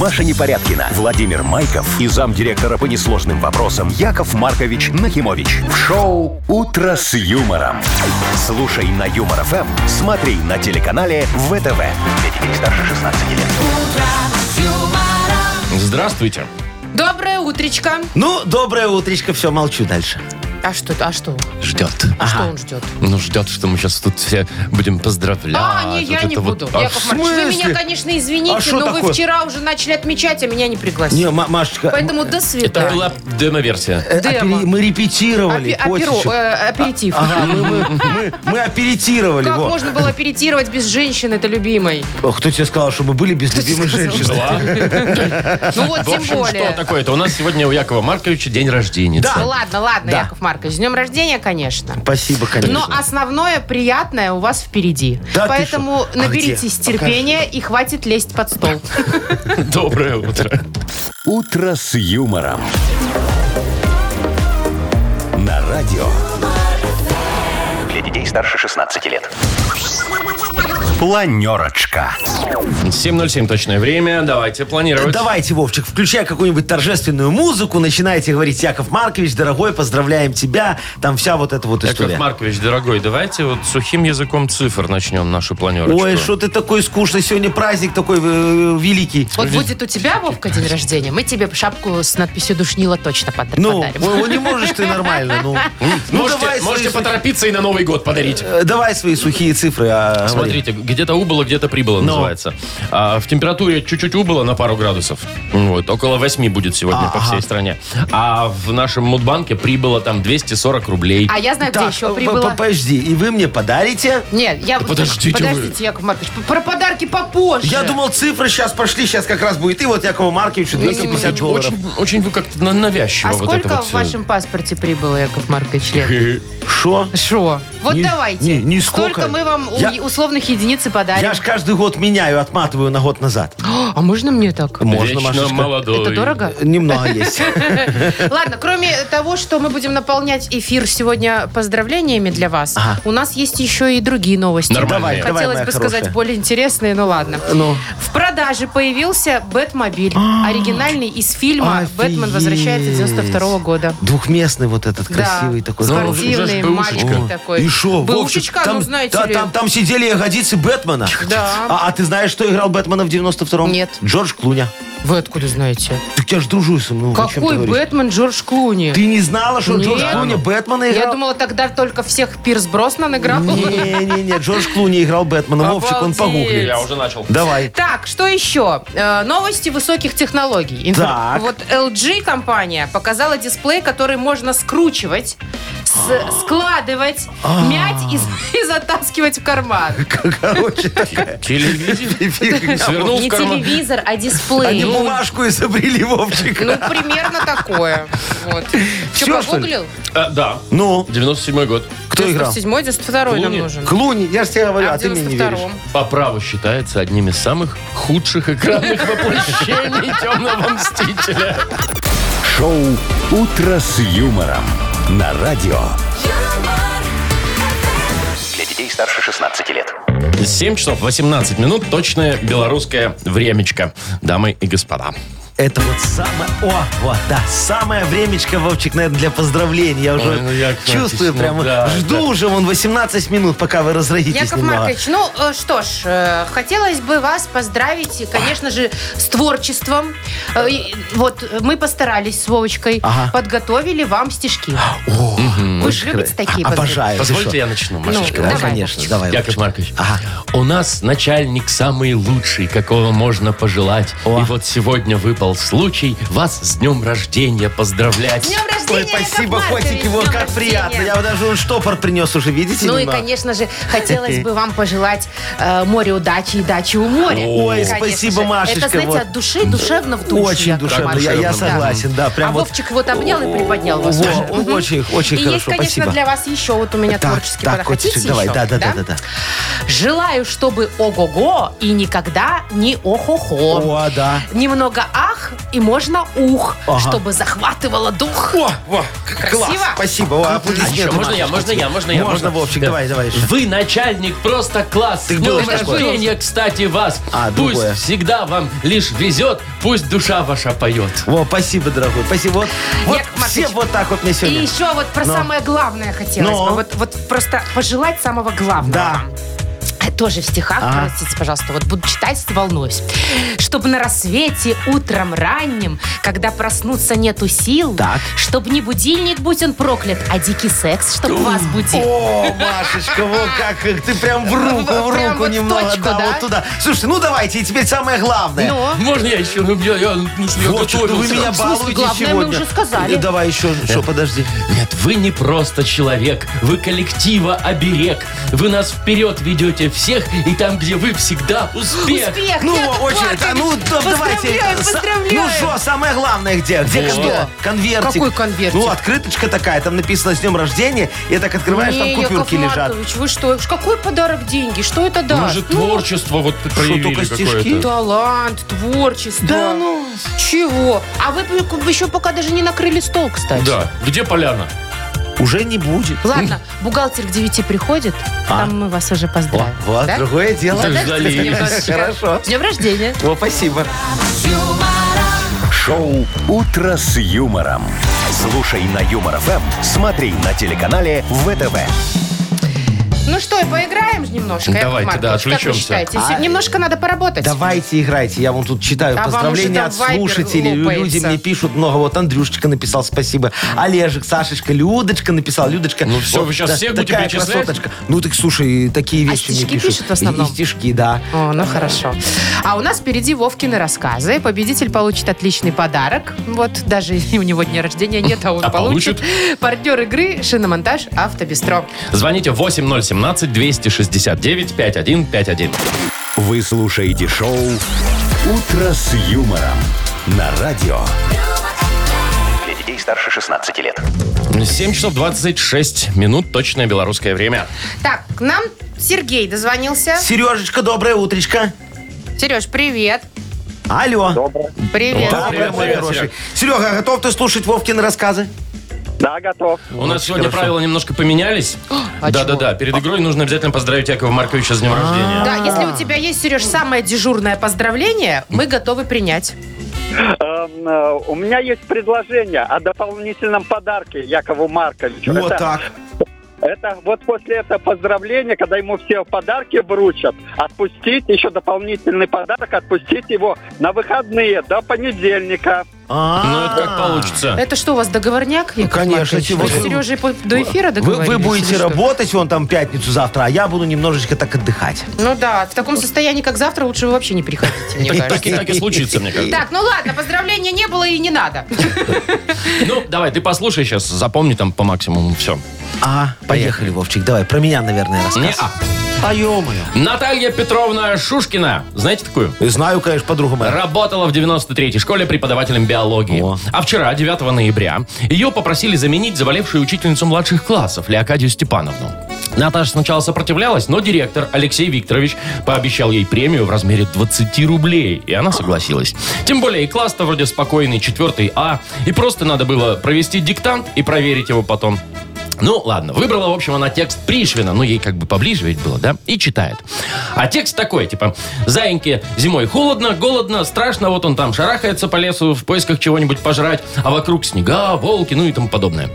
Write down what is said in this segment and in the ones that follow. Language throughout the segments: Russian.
Маша Непорядкина, Владимир Майков и замдиректора по несложным вопросам Яков Маркович Нахимович. В шоу «Утро с юмором». Слушай на Юмор ФМ, смотри на телеканале ВТВ. Для детей старше 16 лет. Здравствуйте. Доброе утречко. Ну, доброе утречко, все, молчу дальше. А что, а что? Ждет. А что он ждет? Ну, ждет, что мы сейчас тут все будем поздравлять. А, не, я вот не это вот. буду. А Яков в Маркович, вы меня, смысле? конечно, извините, А что но вы такое? вчера уже начали отмечать, а меня не пригласили. Не, Ма- Машечка, Поэтому до Это свидания. была демо-версия. э, демо. апери- мы репетировали, Апе- аперо- Косечек. э, аперитив. Ага, мы, мы- мы- мы аперитировали. Как во. можно было аперитировать без женщины, это любимой? О, Кто тебе сказал, что мы были без любимой женщины? Ладно. Ну вот, В тем общем, что более. такое-то? У нас сегодня у Якова Марковича день рождения. Ну ладно, ладно, Да. Яков Маркович, с днем рождения, конечно. Спасибо, конечно. Но основное приятное у вас впереди. Да ты Поэтому шо? А наберитесь где? терпения и хватит лезть под стол. Доброе утро. «Утро с юмором». На радио. Для детей старше 16 лет. Планерочка. 7.07 точное время. Давайте планировать. Давайте, Вовчик, включай какую-нибудь торжественную музыку, начинайте говорить, Яков Маркович, дорогой, поздравляем тебя, там вся вот эта вот Яков история. Маркович, дорогой, давайте вот сухим языком цифр начнем нашу планерочку. Ой, что ты такой скучный, сегодня праздник такой э, великий. Вот будет у тебя, Вовка, день рождения, мы тебе шапку с надписью «Душнила» точно под- Ну, подарим. о, не можешь ты нормально, ну. Ну, можете, давай свои можете сухие- поторопиться и на Новый год подарить. э, Давай свои сухие цифры. а, говори. Смотрите, где-то убыло, где-то прибыло, называется. А, в температуре чуть-чуть убыло на пару градусов. Вот, около 8 будет сегодня по всей стране. А в нашем Мудбанке прибыло там 240 рублей. А я знаю, где Так, еще э, прибыло. по- Подожди, и вы мне подарите? Нет, я... Да подождите вы. Подождите, Яков Маркович, п- про подарки попозже. Я думал, цифры сейчас пошли, сейчас как раз будет. И вот Якову Марковичу 250 долларов. Очень, Ну, очень вы как-то на- навязчиво А вот сколько это вот в всё. вашем паспорте прибыло, Яков Маркович, лет? Шо? Шо? Вот Ни- давайте. ни- нисколько. Сколько мы вам у- Я- условных единиц и подарим? Я ж каждый год меняю, отматываю на год назад. А можно мне так? Можно, э, Вечно Машечка? Э, молодой. Это дорого? Немного есть. Ладно, кроме того, что мы будем наполнять эфир сегодня поздравлениями для вас, Ага. у нас есть еще и другие новости. Нормальные. Давай, Хотелось давай, моя бы хорошая. сказать более интересные, но ладно. Ну. А. В продаже появился Бэтмобиль. оригинальный из фильма Офигеть. «Бэтмен возвращается» 92 года. Двухместный вот этот красивый да, такой. Ну, спортивный, уже ж бэушечка. мальчик такой. И шо, Бэушечка, Вовчик, там, ну знаете да, ли. там, там сидели ягодицы Бэтмена. Да. А, а ты знаешь, что играл Бэтмена в 92-м? Нет. Джордж Клуня. Вы откуда знаете? Так я ж дружу со мной. о чем ты Какой говоришь? Бэтмен Джордж Клуни? Ты э, не знала, что Нет. Джордж Клуни Бэтмена играл? Я думала, тогда только всех Пирс Броснан играл. Не-не-не, Джордж Клуни играл Бэтмена. Вовчик, он Обалдеть. погуглит. Я уже начал. Давай. Так, что еще? Э, новости высоких технологий. Инфо- Так. Вот LG компания показала дисплей, который можно скручивать, А. с- складывать, мять и, с- и затаскивать в карман. Короче, такая Телевизор. фигня. Свернул в Не карман. телевизор, а Они дисплей. Ну, бумажку изобрели, Вовчик. примерно такое. Вот. Всё, Че, что ли? погуглил? А, Да, Ну, 97-й год. кто играл? 97 92 нам Клуни? нужен. Клуни, я же тебе говорю, а в ты мне не веришь. 92-м. по праву считается одним из самых худших экранных воплощений темного мстителя. Шоу «Утро с юмором» на радио. Для детей старше 16 лет. 7 часов 18 минут, точное белорусское времечко, дамы и господа. Это вот самое... О, вот, да. Самое времечко, Вовчик, наверное, для поздравлений. Я уже Ой, ну, Яков чувствую Маркович, прямо. ну, да, жду да. уже, вон, 18 минут, пока вы разродитесь Яков немного. Маркович, ну э, что ж, э, хотелось бы вас поздравить, и, конечно же, с творчеством. Э, и Вот э, мы постарались с Вовочкой, Ага. подготовили вам стишки. Вы же любите такие А, Обожаю. ты Позвольте что? я начну, Ну, Машечка. Да, давай, конечно, Вовчик. давай. Яков Вовчик. Маркович, Ага. у нас начальник самый лучший, какого можно пожелать. О. И вот сегодня выпал случай вас с днем рождения поздравлять. С днем рождения, Ой, спасибо, Яков Маркович, котик, с его днем как рождения. приятно. Я вот даже он штопор принес уже, видите? Ну и, немного? конечно же, хотелось бы вам пожелать э, море удачи и дачи у моря. Ой, Конечно спасибо, же. Машечка, Это, знаете, вот. от души, душевно в душу. Очень Яков душевно, Маркович. я, я Да. согласен, да. а Прям вот Вовчик вот обнял и приподнял вас Во, тоже. Мгм. очень- очень и хорошо, есть, конечно, спасибо. для вас еще вот у меня Так, творческий так, подарок. котичек, Хотите давай, еще? да, да, да, да, да. Желаю, чтобы ого-го и никогда не охо-хо. О, да. Немного а ах и можно ух, Ага. чтобы захватывало дух. О, во, Красиво? класс, спасибо. О, А аплодисменты, еще, можно я, Машечка, можно тебе. я, можно я. Можно, Вовчик, Да. давай, давай. еще. Вы начальник, просто класс. С Ты был днем такой. рождения, кстати, вас. А, пусть другое. всегда вам лишь везет, пусть душа ваша поет. Во, спасибо, дорогой, спасибо. Вот, вот Яков Маркович, все вот так вот мне И сегодня. еще вот про Но. самое главное хотелось Но. бы. Вот, вот просто пожелать самого главного. Да. Э, Тоже в стихах, Ага. простите, пожалуйста, вот буду читать, волнуюсь. Чтобы на рассвете, утром ранним, когда проснуться нету сил, Так. чтобы не будильник, будь он проклят, а дикий секс, чтобы вас будил. О, Машечка, вот как э, ты прям в руку, в Прям руку вот в немного, точку, да, да? вот туда. Слушайте, ну давайте, и теперь самое главное. Ну, Можно я еще? Ну, Я, я на себя Вовчик, ну вы готовился. меня В смысле, балуете главное, мы сегодня. уже сказали. Э, Давай еще, что, подожди. Нет, вы не просто человек, вы коллектива оберег. Вы нас вперед ведете всех, и там, где вы, всегда успех. успех, Ну, Яков очередь, а ну, Маркович. да, давайте. Поздравляю, Са- поздравляю. Ну что, самое главное где? Где Что? конвер- конвертик? Какой конвертик? Ну, открыточка такая, там написано «С днем рождения», и так открываешь, Не, там Яков купюрки лежат. Ну, Маркович, вы что? Какой подарок деньги? Что это даст? Ну, Может, творчество вот проявили только стишки? какое-то. Талант, творчество. Да ну. Чего? А вы бы еще пока даже не накрыли стол, кстати. Да. Где поляна? Уже не будет. Ладно, бухгалтер к 9 приходит, А. там мы вас уже О, поздравим. Вот, Да? другое дело. Так Дождались Залили. немножечко. Хорошо. С днем рождения. О, спасибо. Шоу «Утро с юмором». Слушай на Юмор ФМ, смотри на телеканале ВТВ. Ну что, и поиграем же немножко, Яков Давайте, Маркович, да, как вы отвлечемся. считаете? А- Немножко надо поработать. Давайте играйте. Я вам тут читаю А вам поздравления уже от там Viber слушателей. лопается. Люди мне пишут много. Вот Андрюшечка написал спасибо. Олежек, Сашечка, Людочка написал. Людочка. Ну всё, вот, вы щас всех будете такая перечислять? красоточка. Ну так слушай, такие А вещи мне стишки пишут. пишут в основном? И, и стишки, да. О, ну хорошо. А у нас впереди Вовкины рассказы. Победитель получит отличный подарок. Вот, даже у него дня рождения нет, а он А получит. получит. Партнер игры «Шиномонтаж Автобестро». Звоните 8017-269-5151. Вы слушаете шоу «Утро с юмором» на радио. Для детей старше 16 лет. 7 часов 26 минут, точное белорусское время. Так, к нам Сергей дозвонился. Сережечка, доброе утречко. Сереж, привет. Алло. Привет. Да. Доброе, Привет, мой привет, хороший. Серега, готов ты слушать Вовкины рассказы? Да, готов. У нас сегодня правила немножко поменялись. а чего? А. Да-да-да, перед игрой нужно обязательно поздравить Якова Марковича с днем рождения. Да, если у тебя есть, Сереж, самое дежурное поздравление, мы готовы принять. Эм, э, у меня есть предложение о дополнительном подарке Якову Марковичу. Вот это, так. это вот после этого поздравления, когда ему все подарки вручат, отпустить еще дополнительный подарок, отпустить его на выходные до понедельника. Ну, это как получится. Это что, у вас договорняк, Яков конечно, Маркович? чего Вы с же. Сережей по- до эфира Вы, договорились? вы будете или что? работать, он там пятницу завтра, а я буду немножечко так отдыхать. Ну да, в таком состоянии, как завтра, лучше вы вообще не приходите, мне Так, так кажется. и, так и случится, мне кажется. Так, ну ладно, поздравления не было и не надо. Ну, давай, ты послушай сейчас, запомни там по максимуму все. А, поехали, Вовчик, давай. Про меня, наверное, рассказ. А ё-моё. Наталья Петровна Шушкина, знаете такую? И Знаю, конечно, подруга моя. Работала в 93-й школе преподавателем биологии. О. А вчера, 9 ноября, ее попросили заменить заболевшую учительницу младших классов Леокадию Степановну. Наташа сначала сопротивлялась, но директор Алексей Викторович пообещал ей премию в размере 20 рублей, и она согласилась. Тем более и класс-то вроде спокойный, 4 А, и просто надо было провести диктант и проверить его потом. Ну, ладно, выбрала, в общем, она текст Пришвина, ну, ей как бы поближе ведь было, да, и читает. А текст такой, типа, «Заиньке зимой холодно, голодно, страшно, вот он там шарахается по лесу в поисках чего-нибудь пожрать, а вокруг снега, волки, ну и тому подобное».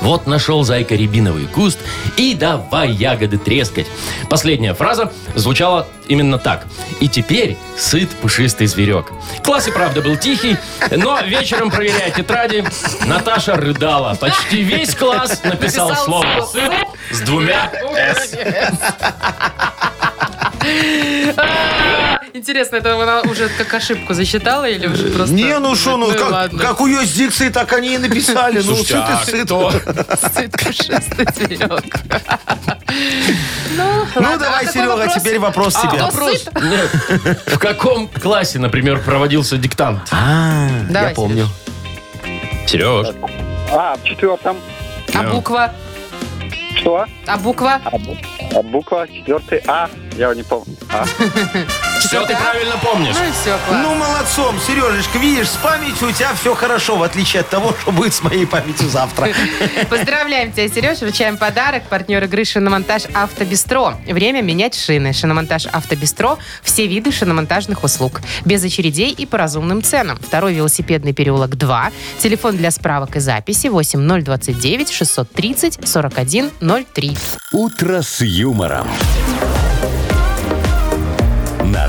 Вот нашел зайка рябиновый куст и давай ягоды трескать. Последняя фраза звучала именно так. И теперь сыт пушистый зверек. Класс и правда был тихий, но вечером, проверяя тетради, Наташа рыдала. Почти весь класс написал, Написал слово слово «сыт» с двумя «с». Интересно, это она уже как ошибку засчитала или уже просто... Не, ну что, ну, как, ладно. как у ее с дикцией, так они и написали. Ну, Слушайте, сыт и а сыт. кто? Сыт пушистый зверек. Ну, Ну, ладно, давай, а какой Серега, вопрос? А теперь вопрос тебе. вопрос? Вопрос. Нет. В каком классе, например, проводился диктант? А, Давай, я помню. Сереж. А, в четвертом. А буква? Что? А буква? А, бу- а буква четвертый А. Я его не помню. А. Все ты да? правильно помнишь. Ну и все, класс. Ну, молодцом, Сережечка, видишь, с памятью у тебя все хорошо, в отличие от того, что будет с моей памятью завтра. Поздравляем тебя, Сереж. Вручаем подарок. Партнер игры «Шиномонтаж Автобестро». Время менять шины. «Шиномонтаж Автобестро» – все виды шиномонтажных услуг. Без очередей и по разумным ценам. Второй велосипедный переулок 2. Телефон для справок и записи 8029 630 4103. «Утро с юмором». На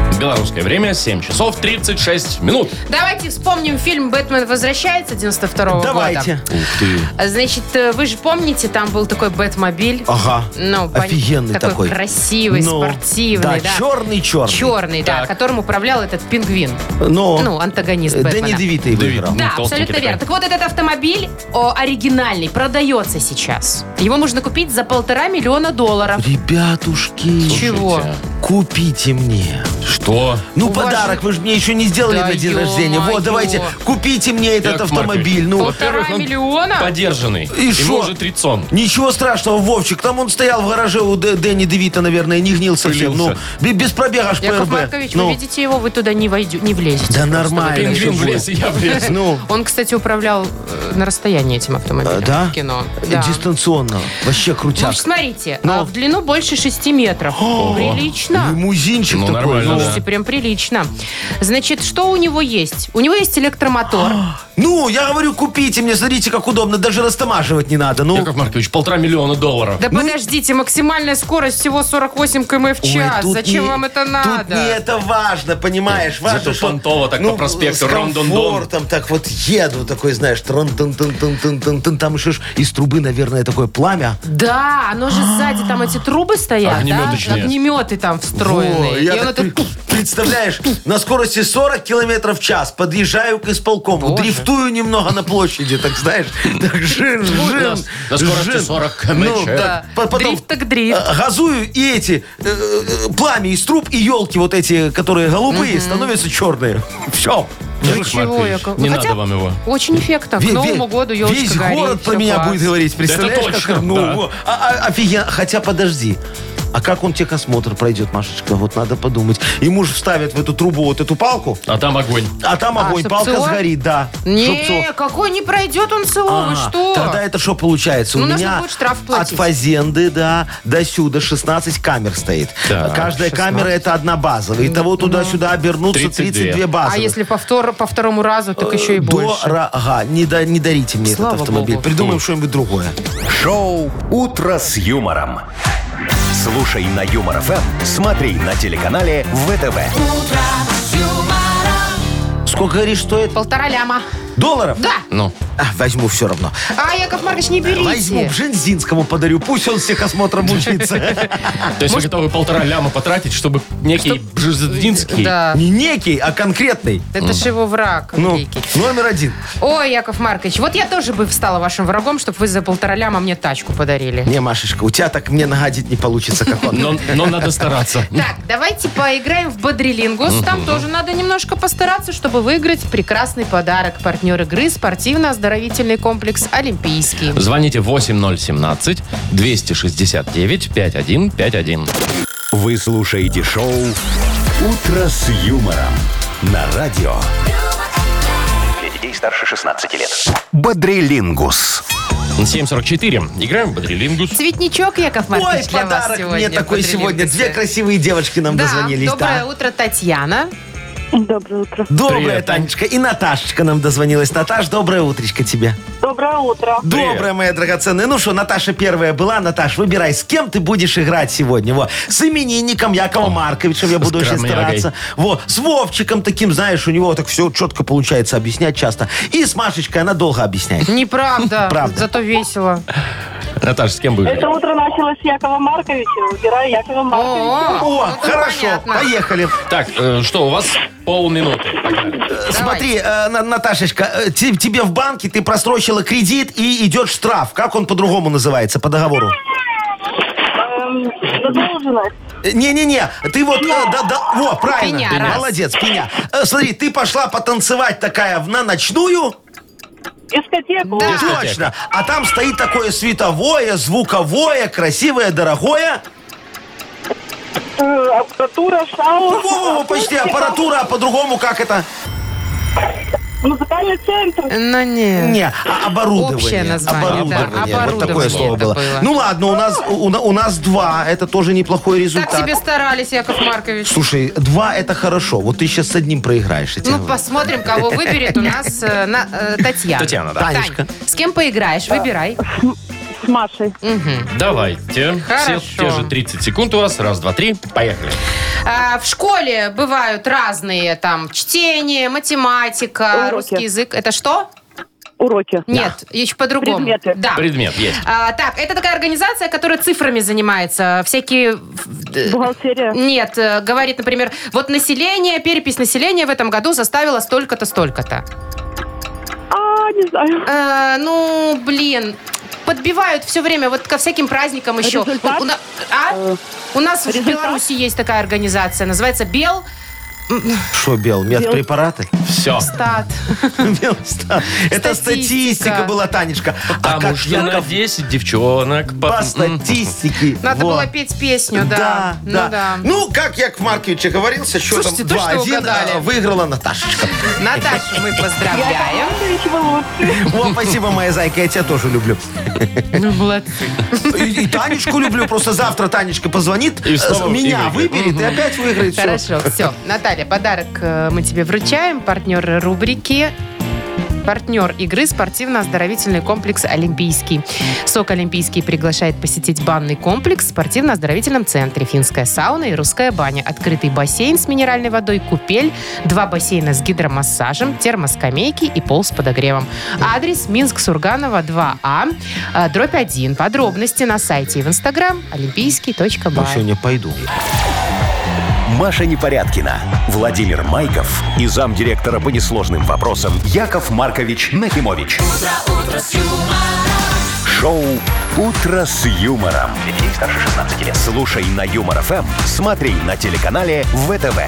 Белорусское время 7 часов 36 минут. Давайте вспомним фильм «Бэтмен возвращается» 92 Давайте. Ух ты. года. Значит, э, вы же помните, там был такой «Бэтмобиль». Ага. Ну, пон- Офигенный такой. красивый, Ну, спортивный, да. Да, черный-черный. Черный, да, Так. которым управлял этот пингвин. Ну, Но антагонист Дэнни Бэтмена. Девита его Дэвид. играл. Ну, Да, толстенький абсолютно такой. верно. Так вот, этот автомобиль о, оригинальный продается сейчас. Его можно купить за полтора миллиона долларов. Ребятушки, Чего? Слушайте, а- купите мне. Что? Ну, У вас подарок, вы же мне еще не сделали Да на день ё-моё. рождения. Вот, давайте, купите мне этот Яков автомобиль. Ну, Полтора Во-первых, он миллиона? Подержанный. И Ему шо? уже трицон. ну. ничего страшного, Вовчик. Там он стоял в гараже у Дэ- Дэнни Девита, наверное, не гнил совсем. Ну, Пылился. бе- без пробега ж Яков ПРБ. Маркович, Ну, вы видите его, вы туда не войдете, не влезете. Да Просто нормально. вы Пингвин всё в лес, и будет. я в лес. Ну, Он, кстати, управлял э, на расстоянии этим автомобилем. А, э, да? В кино. Э, Да. Дистанционно. Вообще В общем, крутяк. смотрите, Ну. а в длину больше 6 метров. Прилично. Лимузинчик Ну, такой. нормально, ну. да. Слушайте, прям прилично. Значит, что у него есть? У него есть электромотор. Ну, я говорю, купите мне, смотрите, как удобно. Даже растамаживать не надо. Ну, Яков Маркович, полтора миллиона долларов. Да подождите, максимальная скорость всего 48 км в Ой, час. тут Зачем не- вам это Тут не надо? это важно, понимаешь? Зато Важно, что, ну, понтово так по проспекту, с ром-дон-дон. комфортом так вот еду, такой, знаешь, трон тын тын тын тын тын тын Там еще ж из трубы, наверное, такое пламя. Да, оно же сзади, там эти трубы стоят, да? Огнемёточные. Огнеметы там Во, встроенные. я И он так этот пр- Представляешь, на скорости 40 километров в час подъезжаю к исполкому, Боже. дрифтую немного на площади, так знаешь, так жин, жин, На скорости жин. 40 км/ч. Ну, так, по- потом дрифт так дрифт. э, газую, и эти э, э, пламя из труб и елки вот эти, которые голубые, становятся черные. Все. Яков Чего, Маркович, Яков? Ну, Не Хотя надо вам его. Очень эффектно. К Ве- ве- Новому году елочка Весь горит. город про всё меня класс. будет говорить. Представляешь, Да это как- точно, ну, да. во. А- а- офиген- Хотя подожди. А как он техосмотр пройдет, Машечка? Вот надо подумать. Ему же вставят в эту трубу вот эту палку, А там огонь. а там А, огонь, чтоб палка ЦО? сгорит, да. Чтоб ЦО. Не, какой не пройдет он ЦО, ну вы А, что? Тогда это что получается? Ну, У нужно меня будет штраф от платить. фазенды да, до сюда 16 камер стоит. Так. Каждая камера это одна базовая. Итого туда-сюда обернутся 32. 32 базы. Ну, А если повтор, по второму разу, так еще и Э, больше. Дорого. Не, да- не дарите мне Слава этот автомобиль. богу. Хм. Придумаем что-нибудь другое. Шоу «Утро с юмором». Слушай на Юмор ФМ, смотри на телеканале ВТВ. Сколько говоришь, стоит? Полтора ляма. Долларов? Да. Ну, А, возьму все равно. А, Яков Маркович, не берите. Возьму Бжензинскому подарю. Пусть он всех осмотром учится. то есть вы готовы полтора ляма потратить, чтобы некий Бжезинский... Да. Не некий, а конкретный. Это же его враг Ну, великий. номер один. Ой, Яков Маркович, вот я тоже бы стала вашим врагом, чтобы вы за полтора ляма мне тачку подарили. Не, Машечка, у тебя так мне нагадить не получится, как Ну, он. Ну, Но, но надо стараться. Так, давайте поиграем в Бодрилингус. Там тоже надо немножко постараться, чтобы выиграть прекрасный подарок. Партнер игры – спортивно-оздоровительный комплекс «Олимпийский». Звоните 8017-269-5151. Вы слушаете шоу «Утро с юмором» на радио. Для детей старше 16 лет. Бодрилингус. 7.44. Играем в Бодрилингус. Цветничок, Яков Ой, Маркович, для вас подарок сегодня. мне в такой сегодня. Бодрилингусе. Две красивые девочки нам да, дозвонились. доброе да. утро, Татьяна. Доброе утро. Доброе, Привет. Танечка. И Наташечка нам дозвонилась. Наташ, доброе утречко тебе. Доброе утро. Доброе, моя драгоценная. Ну что, Наташа первая была. Наташ, выбирай, с кем ты будешь играть сегодня. Во. С именинником Якова Марковичем я буду очень кормягой. стараться. Во. С Вовчиком таким, знаешь, у него так все четко получается объяснять часто. И с Машечкой она долго объясняет. Неправда. Правда. Зато весело. Наташа, с кем будешь? Это утро началось с Якова Марковича. Выбираю Якова Марковича. О, О, ну тут хорошо, понятно. поехали. Так, э, что, у вас полминуты. Смотри, э, На- Наташечка, э, те- тебе в банке ты просрочила кредит и идет штраф. Как он по-другому называется по договору? Эм, задолженность. Э, Не-не-не, ты вот... э, да, да, во, правильно. Пеня, раз. Молодец, пеня. Э, Смотри, ты пошла потанцевать такая в- на ночную, Дискотеку. Да. Дискотека. Точно. А там стоит такое световое, звуковое, красивое, дорогое. Э, Аппаратура, шау. Во-во-во, почти акустика, аппаратура, а по-другому как это? Музыкальный центр. Ну, нет. Не, а оборудование. Общее название, оборудование. да, Вот такое оборудование слово это было. было. Ну ладно, у нас, у, на- у нас два. Это тоже неплохой результат. Так тебе старались, Яков Маркович. Слушай, два это хорошо. Вот ты сейчас с одним проиграешь. я тебе Ну, говорю. посмотрим, кого выберет у нас э, на- э, Татьяна. Татьяна, да. Тань, Танечка. с кем поиграешь? Выбирай. С Машей. Давайте. Хорошо. Все те же 30 секунд у вас. Раз, два, три. Поехали. А, в школе бывают разные там чтение, математика, Уроки. русский язык. Это что? Уроки. Нет, еще по-другому. Предметы. Да. Предмет есть. А, так, это такая организация, которая цифрами занимается. Всякие... э, Бухгалтерия. Нет, э, говорит, например, вот население, перепись населения в этом году составила столько-то, столько-то. А, не знаю. Э, ну, блин, подбивают все время вот ко всяким праздникам еще. Результат? Э, У, у на- а? У нас в Результат? Беларуси есть такая организация, называется Бел Что, Бел, медпрепараты? Все. Стат. Белстат. Статистика Это статистика была, Танечка. А Потому как что на Яков 10 девчонок. по- по М. статистике. Надо Во. было петь песню, да. Да, да. Ну да. Ну, как я к Марковичу говорился, счетом Слушайте, точно 2-1 угадали. а, выиграла Наташечка. Наташу мы поздравляем. Маркович, вы лучшие. О, спасибо, моя зайка, я тебя тоже люблю. Ну, И, и Танечку люблю, просто завтра Танечка позвонит, И э, снова меня выиграет. выберет и опять выиграет. всё. Хорошо, все. Наталья, подарок э, мы тебе вручаем. Партнер рубрики Партнер игры спортивно-оздоровительный комплекс «Олимпийский». СОК «Олимпийский» приглашает посетить банный комплекс в спортивно-оздоровительном центре. Финская сауна и русская баня. Открытый бассейн с минеральной водой, купель, два бассейна с гидромассажем, термоскамейки и пол с подогревом. Адрес Минск, Сурганова, 2А, э, дробь 1. Подробности на сайте и в инстаграм Я олимпийский.бай. сегодня пойду. Маша Непорядкина, Владимир Майков и замдиректора по несложным вопросам Яков Маркович Нахимович. Шоу Утро с юмором. Для детей старше 16 лет. Слушай на юмор ФМ, смотри на телеканале ВТВ.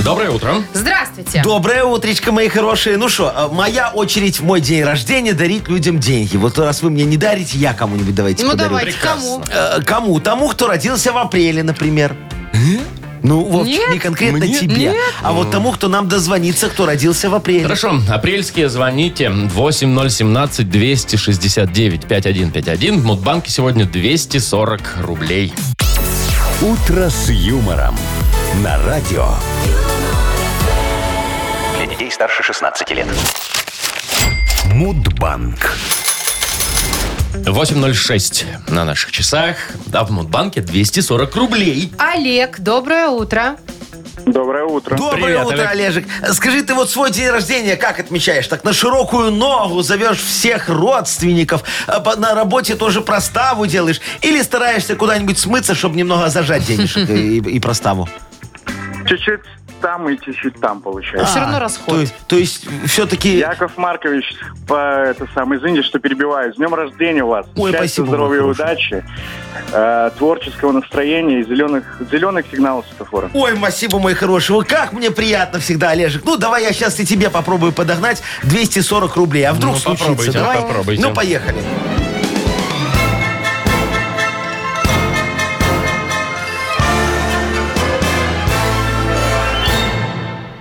Доброе утро. Здравствуйте. Доброе утречко, мои хорошие. Ну что, моя очередь в мой день рождения дарить людям деньги. Вот раз вы мне не дарите, я кому-нибудь давайте Ну подарю. давайте, кому? Э, Кому? Тому, кто родился в апреле, например. Ну, Вовчик, Нет. не конкретно Э? Мне? тебе, а вот тому, кто нам дозвонится, кто родился в апреле. Хорошо. Апрельские звоните. 8017-269-5151. В Мудбанке сегодня 240 рублей. Утро с юмором. На радио. Для детей старше 16 лет. Мудбанк. 8.06 на наших часах. А в Мудбанке 240 рублей. Олег, доброе утро. Доброе утро. Доброе Привет, утро, Олежек. Скажи, ты вот свой день рождения как отмечаешь? Так на широкую ногу зовешь всех родственников, а по- на работе тоже проставу делаешь или стараешься куда-нибудь смыться, чтобы немного зажать денежек и, и проставу? Чуть-чуть там и чуть-чуть там получается. Всё равно А, расход. То, есть- то есть все-таки... Яков Маркович, по, это самое, извините, что перебиваю. С днем рождения вас. Ой, Счастья, спасибо, здоровья, мой удачи, э, творческого настроения и зеленых, зеленых сигналов светофора. Ой, спасибо, мой хороший. Вот как мне приятно всегда, Олежек. Ну, давай я сейчас и тебе попробую подогнать 240 рублей. А вдруг Ну, случится? попробуйте, давай. попробуйте. Ну, поехали.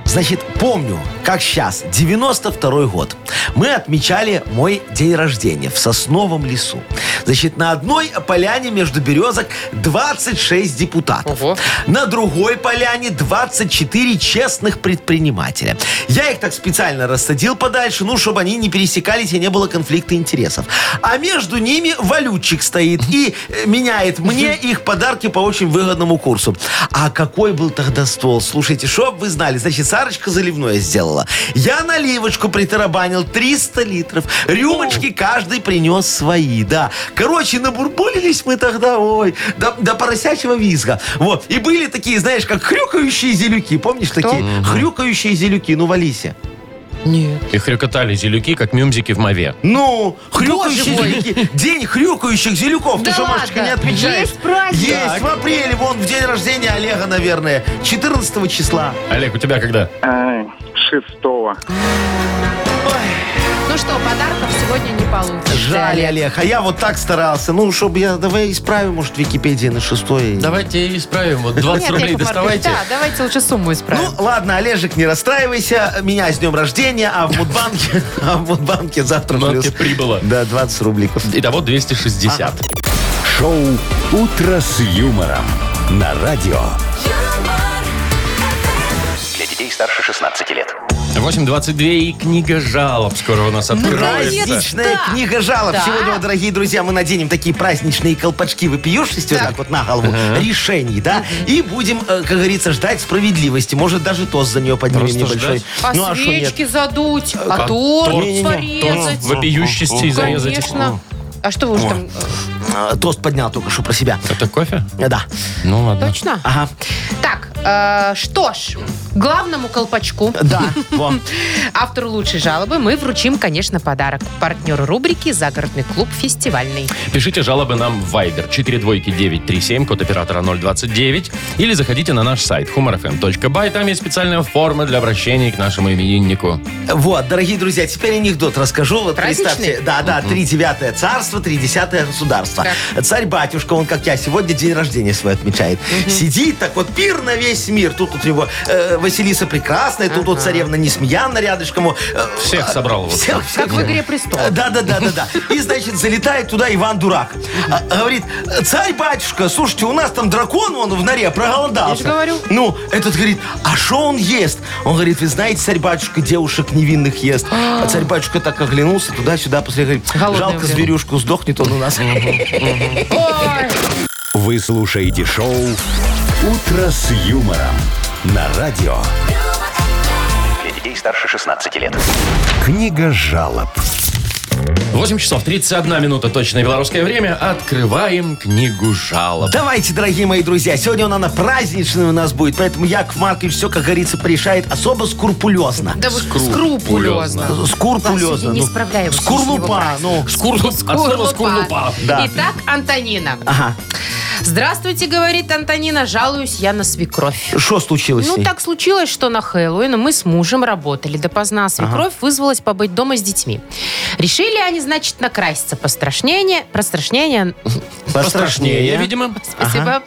Значит, помню, как сейчас, 92-й год. Мы отмечали мой день рождения в Сосновом лесу. Значит, на одной поляне между березок 26 депутатов. Ого. На другой поляне 24 честных предпринимателя. Я их так специально рассадил подальше, ну, чтобы они не пересекались и не было конфликта интересов. А между ними валютчик стоит и э, меняет мне их подарки по очень выгодному курсу. А какой был тогда стол? Слушайте, чтоб вы знали. Значит, Сарочка заливное сделала. Я наливочку притарабанил 300 литров. Рюмочки каждый принес свои, да. Короче, набурбулились мы тогда, ой, до, до поросячьего визга. Вот. И были такие, знаешь, как хрюкающие зелюки. Помнишь такие? Хрюкающие зелюки, ну, в Алисе. Нет. И хрюкотали зелюки, как мюмзики в мове. Ну, Боже хрюкающие мой. зелюки. День хрюкающих зелюков. Да Ты что, Машечка, ладно? не отмечаешь? Есть праздник? Есть, Так. в апреле, вон, в день рождения Олега, наверное. 14 числа. Олег, у тебя когда? Ай, Э, шестого. Ну что, подарков сегодня не получится. Жаль, Олег, а я вот так старался. Ну, чтобы я... Давай исправим, может, Википедия на шестое. Давайте исправим. Вот 20 Нет, рублей Яков Маркович, доставайте. Да, давайте лучше сумму исправим. Ну, ладно, Олежек, не расстраивайся. Меня с днем рождения, а в Мудбанке, а в Мудбанке завтра Банке плюс- прибыло. Да, 20 рубликов. Итого 260. Шоу «Утро с юмором» на радио. юмор, Для детей старше 16 лет. 8.22 и книга жалоб скоро у нас Ну, откроется. Праздничная книга жалоб. Да. Сегодня, вот, дорогие друзья, мы наденем такие праздничные колпачки вопиюшести, вот так вот на голову, решений, да, и будем, э, как говорится, ждать справедливости. Может, даже тост за нее поднимем Просто небольшой. ждать? А Ну, а шо нет? свечки задуть, а как торт? торт Не-не-не, порезать. Вопиющести и зарезать. Конечно. А что вы уж там... Э, Тост поднял только что про себя. Это кофе? Э, Да. Ну ладно. Точно? Ага. Так, э, что ж, главному колпачку, Да. во. автору лучшей жалобы, мы вручим, конечно, подарок. Партнеру рубрики «Загородный клуб фестивальный». Пишите жалобы нам в Viber 42937, код оператора 029, или заходите на наш сайт humorfm.by. Там есть специальная форма для обращения к нашему имениннику. Вот, дорогие друзья, теперь анекдот расскажу. Вот Праздничный? представьте, да, да, три девятое царство, три десятое государство. Царь батюшка, он как я сегодня день рождения свой отмечает. Сидит так вот пир на весь мир. Тут вот его э, Василиса прекрасная, тут вот царевна Несмеяна рядышком. его, э, Всех собрал вот всех, всех. Как в «Игре престолов». Да, да, да, да, да. И, значит, залетает туда Иван Дурак. А, Говорит, царь батюшка, слушайте, у нас там дракон, он в норе проголодался. Я же говорю. Ну, этот говорит, а что он ест? Он говорит, вы знаете, царь-батюшка девушек невинных ест. А царь-батюшка так оглянулся туда-сюда, после говорит, Голодный жалко умрет». зверюшку, сдохнет он у нас. Вы слушаете шоу «Утро с юмором» на радио. Для детей старше 16 лет. Книга жалоб. 8 часов 31 минута точное белорусское время. Открываем книгу жалоб. Давайте, дорогие мои друзья, сегодня она праздничная у нас будет, поэтому Яков Маркович все, как говорится, порешает особо скрупулезно. Да вы скрупулезно. Скрупулезно. Не ну, справляюсь с его Скорлупа, ну. Скурлуп. От слова скурлупа. Да. Итак, Антонина. Ага. Здравствуйте, говорит Антонина, жалуюсь я на свекровь. Что случилось? с Ну, ней? так случилось, что на Хэллоуин мы с мужем работали допоздна. а Свекровь вызвалась побыть дома с детьми. Решили они, значит, накраситься пострашнее, пострашнее, Пострашнее, видимо. спасибо,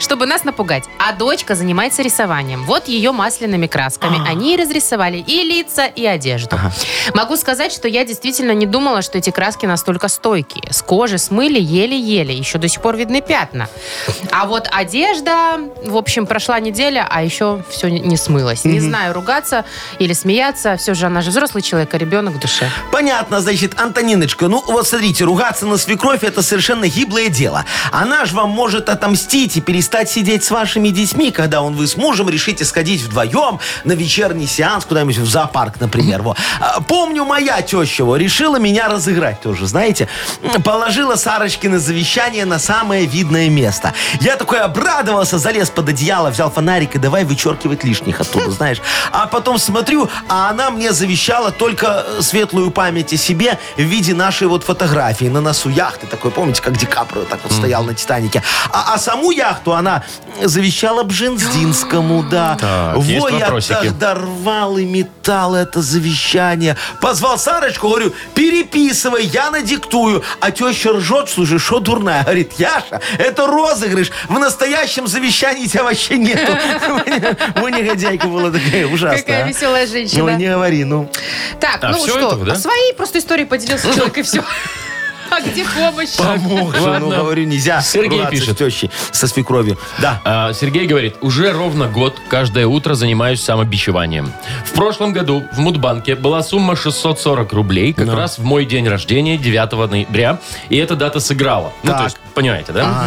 чтобы нас напугать. А дочка занимается рисованием. Вот ее масляными красками. Они и разрисовали и лица, и одежду. Могу сказать, что я действительно не думала, что эти краски настолько стойкие. С кожи смыли еле-еле. Еще до сих пор видны пятна. А вот одежда, в общем, прошла неделя, а еще все не смылось. Не знаю, ругаться или смеяться. Все же она же взрослый человек, а ребенок в душе. Понятно, значит, Антониночка, ну вот смотрите, ругаться на свекровь это совершенно гиблое дело. Она же вам может отомстить и перестать сидеть с вашими детьми, когда он вы с мужем решите сходить вдвоем на вечерний сеанс куда-нибудь в зоопарк, например. Во. А, Помню, моя теща во, решила меня разыграть тоже, знаете. М, Положила Сарочкино завещание на самое видное место. Я такой обрадовался, залез под одеяло, взял фонарик и давай вычеркивать лишних оттуда, знаешь. А потом смотрю, а она мне завещала только э, светлую память о себе в виде нашей вот фотографии на носу яхты. Такой, помните, как Ди Каприо так вот стоял на Титанике. А, а саму яхту она м, завещала Бжензинскому, да. Так, Во, есть я вопросики. так дорвал и металл это завещание. Позвал Сарочку, говорю, переписывай, я надиктую. А теща ржет, слушай, что дурная? Говорит, Яша, это розыгрыш. В настоящем завещании тебя вообще нету. Ой, негодяйка была такая ужасная. Какая а. веселая женщина. Ну, не говори, ну. Так, А, ну всё что, это, да? своей просто историей поделился человек и все. А где помощь? Помог же, ладно. ну, говорю, нельзя Сергей ругаться пишет. с тещей, со свекровью. Да. А, Сергей говорит, уже ровно год каждое утро занимаюсь самобичеванием. В прошлом году в Мудбанке была сумма 640 рублей, как раз в мой день рождения, 9 ноября, и эта дата сыграла. Ну, то Так. есть, понимаете, да?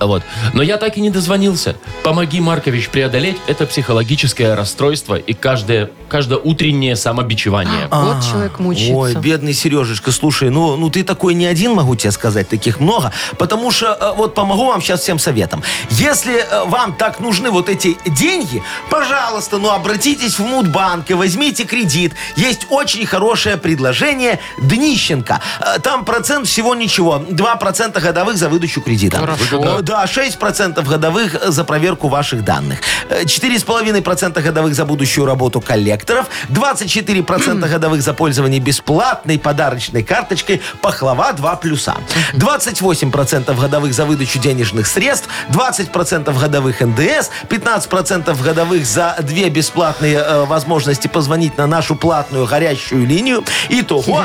Вот. Но я так и не дозвонился. Помоги, Маркович, преодолеть это психологическое расстройство и каждое, каждое утреннее самобичевание. А, А. Вот человек мучится. Ой, бедный Сережечка, слушай, ну, ну ты такой не один могу тебе сказать, таких много, потому что э, вот помогу вам сейчас всем советом. Если э, вам так нужны вот эти деньги, пожалуйста, ну обратитесь в Мудбанк и возьмите кредит. Есть очень хорошее предложение Днищенко. Э, Там процент всего ничего. 2% годовых за выдачу кредита. Выгодно. О, Да, 6% годовых за проверку ваших данных. Э, 4,5% годовых за будущую работу коллекторов. 24% годовых за пользование бесплатной подарочной карточкой «Пахлава 2 плюса». 28% годовых за выдачу денежных средств. 20% годовых НДС. 15% годовых за две бесплатные э, возможности позвонить на нашу платную горящую линию. Итого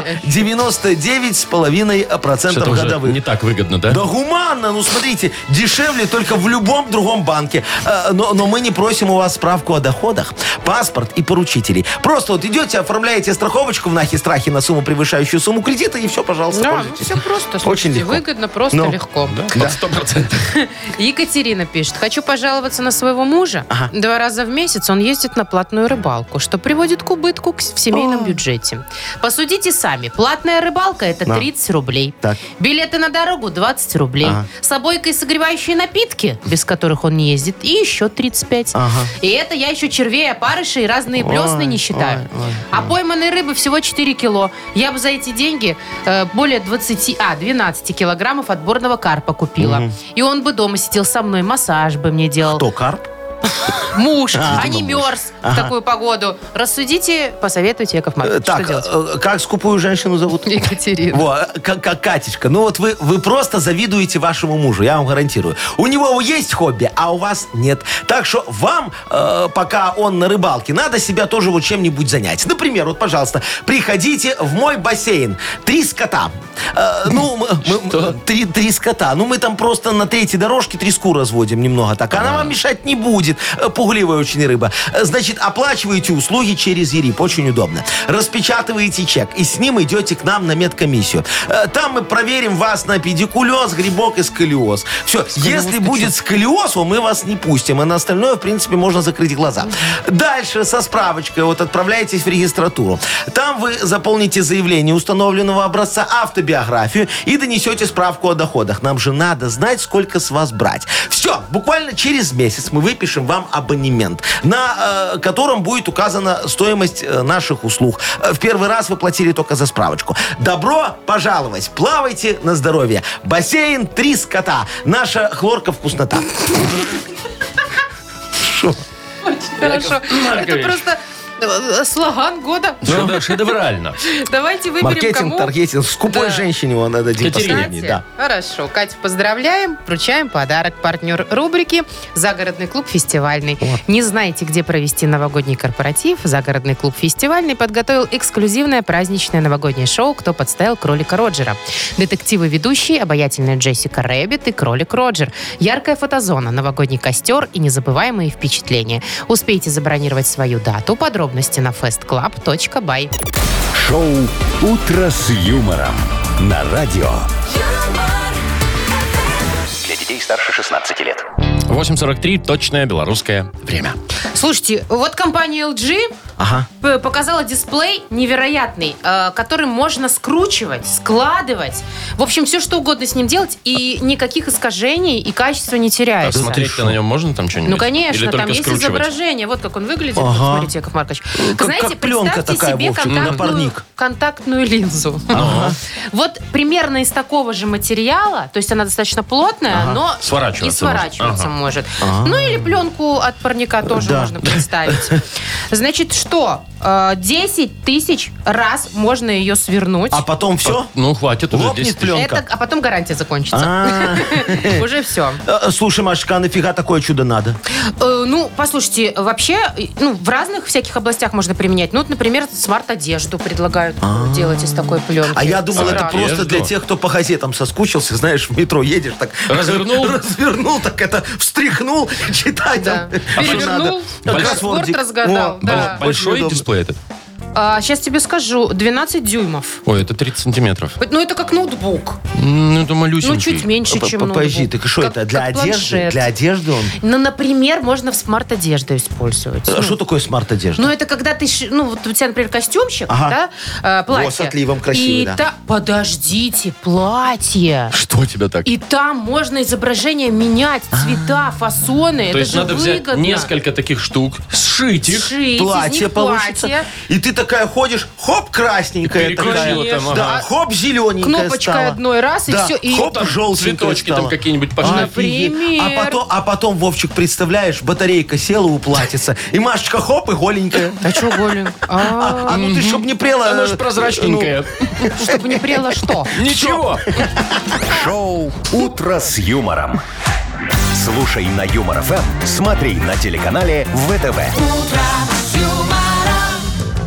99,5% Что-то уже годовых. не так выгодно, да? Да гуманно, ну смотрите, дешевле только в любом другом банке. Э, Но, но мы не просим у вас справку о доходах, паспорт и поручителей. Просто вот идете, оформляете страховочку в нахи страхе на сумму, превышающую сумму кредита, и все, пожалуйста, Да, ну пользуйтесь. все просто. Очень слушайте, легко. Выгодно, просто Ну. легко. Да, под 100%. Екатерина пишет. Хочу пожаловаться на своего мужа. Два раза в месяц он ездит на платную рыбалку, что приводит к убытку к с- в семейном бюджете. Посудите сами. Платная рыбалка – это 30 рублей. Так. Билеты на дорогу – 20 рублей. С обойкой согревающие напитки, без которых он не ездит, и еще 35. Ага. И это я еще червей, опарышей и разные блесны не считаю. ой, ой. А пойманной рыбы всего 4 кило. Я бы за эти деньги э, более 20, а, 12 килограммов отборного карпа купила. И он бы дома сидел со мной, массаж бы мне делал. Кто карп? Муж, А, а, не видимо, мерз в такую погоду. Рассудите, посоветуйте, Яков Э, Маркович, А, что Так, делать. э, как скупую женщину зовут? Екатерина. Во, как, как Катечка. Ну вот вы, вы просто завидуете вашему мужу, я вам гарантирую. У него есть хобби, а у вас нет. Так что вам, э, пока он на рыбалке, надо себя тоже вот чем-нибудь занять. Например, вот, пожалуйста, приходите в мой бассейн. Три скота. Э, ну, мы- мы- три, три скота. Ну, мы там просто на третьей дорожке треску разводим немного так. а Она вам мешать не будет. Э, Пугливая очень рыба. Э, Значит, оплачиваете услуги через ЕРИП. Очень удобно. Распечатываете чек и с ним идете к нам на медкомиссию. Э, Там мы проверим вас на педикулез, грибок и сколиоз. Все, если будет сколиоз, во, мы вас не пустим. А на остальное, в принципе, можно закрыть глаза. Дальше со справочкой вот отправляетесь в регистратуру. Там вы заполните заявление установленного образца, автобиографию и донесете справку о доходах. Нам же надо знать, сколько с вас брать. Все, буквально через месяц мы выпишем вам абонемент, на э, котором будет указана стоимость э, наших услуг. Э, В первый раз вы платили только за справочку. Добро пожаловать! Плавайте на здоровье. Бассейн «Три скота». Наша хлорка вкуснота. Хорошо. Это Маркович. просто э, слоган года. Ну да, шедеврально. Давайте выберем Маркетинг, кому. таргетинг. Скупой Да. женщине он надо один Катерине. последний. Да. Хорошо. Катю поздравляем. Вручаем подарок. Партнер рубрики «Загородный клуб фестивальный». Не знаете, где провести новогодний корпоратив? «Загородный клуб фестивальный» подготовил эксклюзивное праздничное новогоднее шоу «Кто подставил кролика Роджера». Детективы-ведущие, обаятельная Джессика Рэббит и кролик Роджер. Яркая фотозона, новогодний костер и незабываемые впечатления. Успейте забронировать свою дату. Подробности на festclub.by. Шоу «Утро с юмором» на радио. юмор, Для детей старше 16 лет. 8.43, точное белорусское время. Слушайте, вот компания LG Ага. п- показала дисплей невероятный, э, который можно скручивать, складывать. В общем, все что угодно с ним делать, и никаких искажений и качества не А теряется. смотреть-то на нем можно там что-нибудь? Ну, конечно, Или только там есть скручивать? изображение. Вот как он выглядит. Ага. Вот смотрите, Яков Маркович. как Знаете, пленка представьте такая, себе Вовчик, на контактную, парник. контактную линзу. Вот примерно из такого же материала, то есть она достаточно плотная, но Сворачиваться и сворачиваться может. Ну, или пленку от парника тоже А. Да. можно представить. Значит, что? Э, 10 тысяч раз можно ее свернуть. А потом все? Ну, хватит уже Лопнет 10 тысяч. пленка. Это, а потом гарантия закончится. Уже все. А. Э, Слушай, Машечка, а нафига такое чудо надо? Э, Ну, послушайте, вообще, э, ну, в разных всяких областях можно применять. Ну, вот, например, смарт-одежду предлагают делать из такой пленки. А я думал, это Правда. Одежду. просто для тех, кто по газетам соскучился. Знаешь, в метро едешь так... Развернул. Развернул, так это встряхнул, читай Да. там. А что надо. Перевернул, Как большой- кроссвордик. Кроссворд разгадал, О, да. очень Большой удобно. дисплей этот? сейчас А тебе скажу, 12 дюймов. Ой, это 30 сантиметров. Ну, это как ноутбук. М, Ну, это малюсенький. Ну, чуть меньше, чем ноутбук. Подожди, так что Как- это, для как одежды? планшет. Для одежды он... Ну, например, можно в смарт-одежду использовать. А Ну, Что такое смарт-одежда? Ну, это когда ты, ш- ну, вот у тебя, например, костюмчик, Ага. да, э, платье. с отливом красивый, и да. та- Подождите, платье. Что тебя так? И там можно изображение менять, А. цвета, фасоны. То это есть же надо выгодно. взять несколько таких штук, сшить их. Сшить из платье них получится. платье. И ты такая ходишь, хоп, красненькая переключила такая. там, ага. Да, хоп, зелененькая Кнопочкой стала. одной раз, и Да, все, и- хоп, Там желтенькая цветочки там стала. какие-нибудь А, пошли. офигеть. Например. А потом, а потом, Вовчик, представляешь, батарейка села у платьица, и Машечка хоп, и голенькая. А что, голень? А, А ну ты чтоб не прела... Оно же прозрачненькое. Чтобы не прело что? Ничего. Шоу «Утро с юмором». Слушай на Юмор ФМ, смотри на телеканале ВТВ. Ну,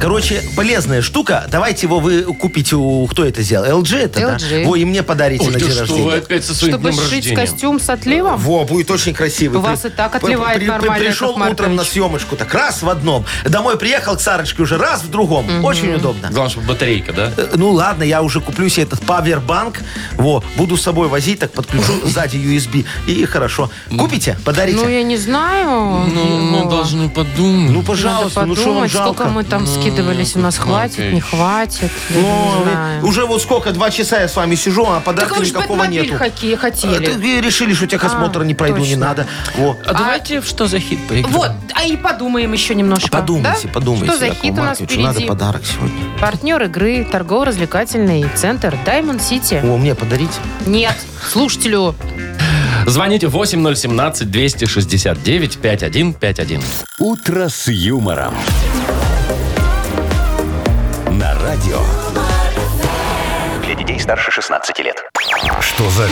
Короче, полезная штука. Давайте его вы купите у... Кто это сделал? LG это, LG. да? Во, и мне подарите Ой, да на день что рождения. вы опять со своим Чтобы днем сшить рождения. костюм с отливом? Во, будет очень красивый. У вас и так отливает нормально, Пришел Яков Маркович. утром на съемочку, так раз в одном. Домой приехал к Сарочке уже раз в другом. Очень удобно. Главное, чтобы батарейка, да? Э, Ну ладно, я уже куплю себе этот павербанк. Во, буду с собой возить, так подключу сзади USB. И хорошо. Купите, подарите. Ну, я не знаю. Ну, мы должны подумать. Ну, пожалуйста, Надо ну что вам подумать, сколько жалко? мы там скидывались, у нас ну, хватит, не хватит. Я Ну, не знаю. уже вот сколько, два часа я с вами сижу, а Так подарка вы же никакого Бэтмобиль нету. хоке- А, так хотели. вы решили, что техосмотр А, не пройду, не точно. надо. Во. А давайте в что за хит поиграем? Вот, а и подумаем еще немножко. Подумайте, да? подумайте. Что за Яков хит у нас Маркович, Надо впереди? подарок сегодня. Партнер игры, торгово-развлекательный центр Diamond City. О, мне подарите? Нет, слушателю. Звоните 8017-269-5151. «Утро с юмором». На радио. Для детей старше 16 лет. Что за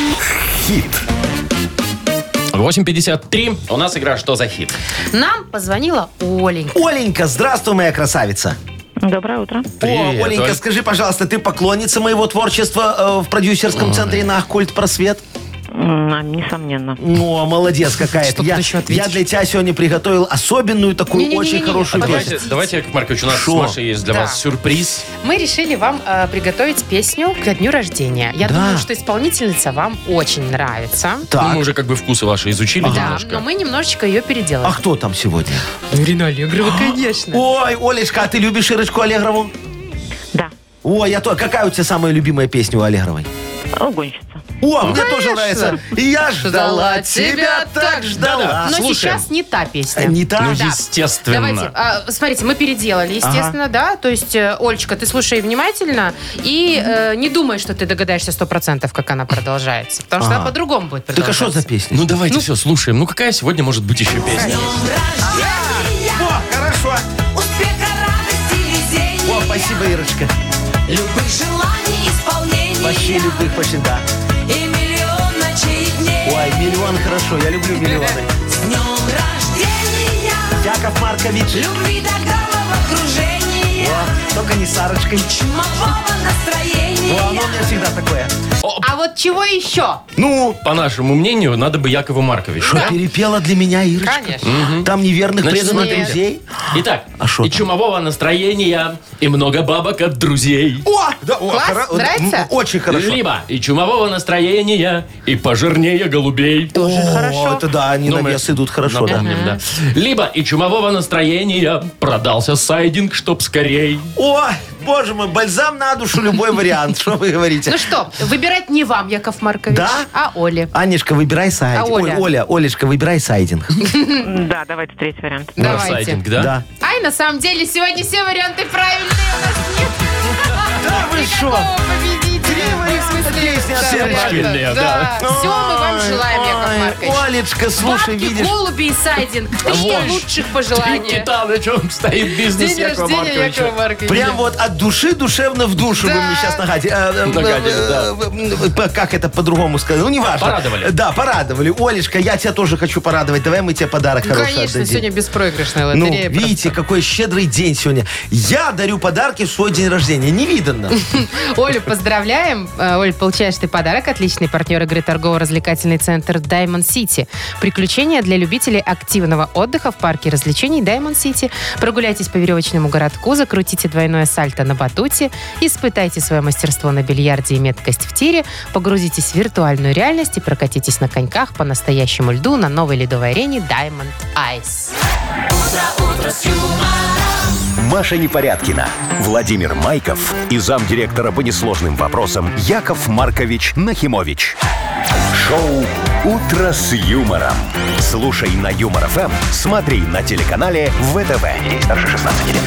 хит? 8.53. У нас игра «Что за хит?». Нам позвонила Оленька. Оленька, здравствуй, моя красавица. Доброе утро. Привет, О, Оленька, Оль. скажи, пожалуйста, ты поклонница моего творчества э, в продюсерском центре на культ просвет? М, а, Несомненно. Ну, молодец какая Что ты. ты Я, еще ответишь? я для тебя сегодня приготовил особенную такую Не-не-не-не-не, очень хорошую подожди. песню. А Давайте, давайте, Яков Маркович, у нас Шо? с Машей есть для Да. вас сюрприз. Ну, Мы решили вам э, приготовить песню к дню рождения. Я Да. думаю, что исполнительница вам очень нравится. Ну, Так, Мы уже как бы вкусы ваши изучили Да, немножко. но мы немножечко ее переделаем. а кто там сегодня? Ирина Аллегрова, конечно. Ой, Олечка, а ты любишь Ирочку Аллегрову? Да. Ой, я то. Какая у тебя самая любимая песня у Аллегровой? Угонщица. О, мне тоже нравится. И Я ждала тебя, так ждала. Э, Но слушаем. сейчас не та песня. Не та? Ну, Да. естественно. Давайте, а, смотрите, мы переделали, естественно, да. То есть, э, Олечка, ты слушай внимательно и э, не думай, что ты догадаешься сто процентов, как она продолжается, потому что она Ага. по-другому будет Так а продолжаться. что за песня? Ну, давайте все, слушаем. Ну, какая сегодня может быть еще песня? О, хорошо. Успеха, радости, везения, О, спасибо, Ирочка. любых желаний, исполнений Вообще любых, вообще, да. и миллион ночей и дней. Ой, миллион хорошо, я люблю миллионы. С днем рождения, Яков Маркович. любви до головокружения, О, только не с Сарочкой. чумового О, настроения. оно у меня всегда такое. А вот чего еще? Ну, По нашему мнению, надо бы Якову Марковичу. что перепела для меня Ирочка? Конечно. Там неверных Значит, преданных смотрите. друзей? Итак, А шо и там? чумового настроения, и много бабок от друзей. О, да, о, Класс, хоро- нравится? м, Очень хорошо. Либо и чумового настроения, и пожирнее голубей. Тоже хорошо. Это да, они Ну, на мы вес идут хорошо, да. Напомним, да. Либо и чумового настроения продался сайдинг, чтоб скорей. О, боже мой, бальзам на душу, любой вариант, что вы говорите. Ну что, выбирать не вам, Яков Маркович, Да? а Оле. Анечка, выбирай сайдинг. А Оля? Ой, Оля, Олечка, выбирай сайдинг. Да, давайте третий вариант. Наш Давайте. сайдинг, да? Да. Ай, на самом деле, сегодня все варианты правильные у нас нет. Да вы шо? Никакого победителя. Три варианта В смысле, песни да, оценочки. Правильные, варианта. да. Да. Все мы вам желаем, Яков Маркович. Ой, Олечка, слушай, Бабки, видишь... голуби и сайдинг. Три Вот. лучших Ты пожелания. читал, на чем стоит бизнес День Якова рождения Марковича. Якова Марковича. Прям вот от души душевно в душу Да. вы мне сейчас нагадили. Э, э, Нагадили, да. э, э, э, Как это по-другому сказать? Ну, неважно. Порадовали. Да, порадовали. Олечка, я тебя тоже хочу порадовать. Давай мы тебе подарок хороший Ну, Конечно, отдадим. сегодня беспроигрышная Ну, лотерея. просто. видите, какой щедрый день сегодня. Я дарю подарки в свой день рождения. Невиданно. Олю поздравляем. Э, Оль, Коль, получаешь ты подарок. Отличный партнер игры торгово-развлекательный центр Diamond City. Приключения для любителей активного отдыха в парке развлечений Diamond City. Прогуляйтесь по веревочному городку, закрутите двойное сальто на батуте, испытайте свое мастерство на бильярде и меткость в тире, погрузитесь в виртуальную реальность и прокатитесь на коньках по настоящему льду на новой ледовой арене Diamond Ice. Маша Непорядкина, Владимир Майков и замдиректора по несложным вопросам Яков Маркович Нахимович. Шоу «Утро с юмором». Слушай на Юмор ФМ, смотри на телеканале ВТВ. Здесь старше 16 лет.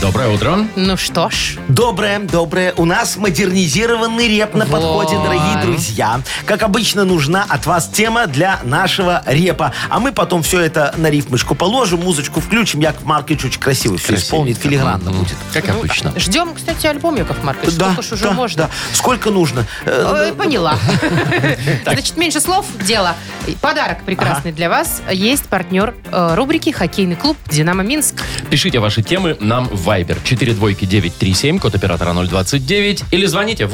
Доброе утро. Ну что ж, Доброе, доброе. У нас модернизированный реп на подходе, Вот. дорогие друзья. Как обычно, нужна от вас тема для нашего репа. А мы потом все это на рифмышку положим, музычку включим. Яков Маркович очень красиво все Красивенько. исполнит, филигранно будет. Как обычно. ждем, кстати, альбом, Яков Маркович. Сколько ж уже да, можно? да. Сколько нужно? Э, Э, Поняла. Значит, меньше слов – дело. Подарок прекрасный для вас. Есть партнер э, рубрики «Хоккейный клуб «Динамо Минск». Пишите ваши темы нам в Viber 42937, код оператора 029, или звоните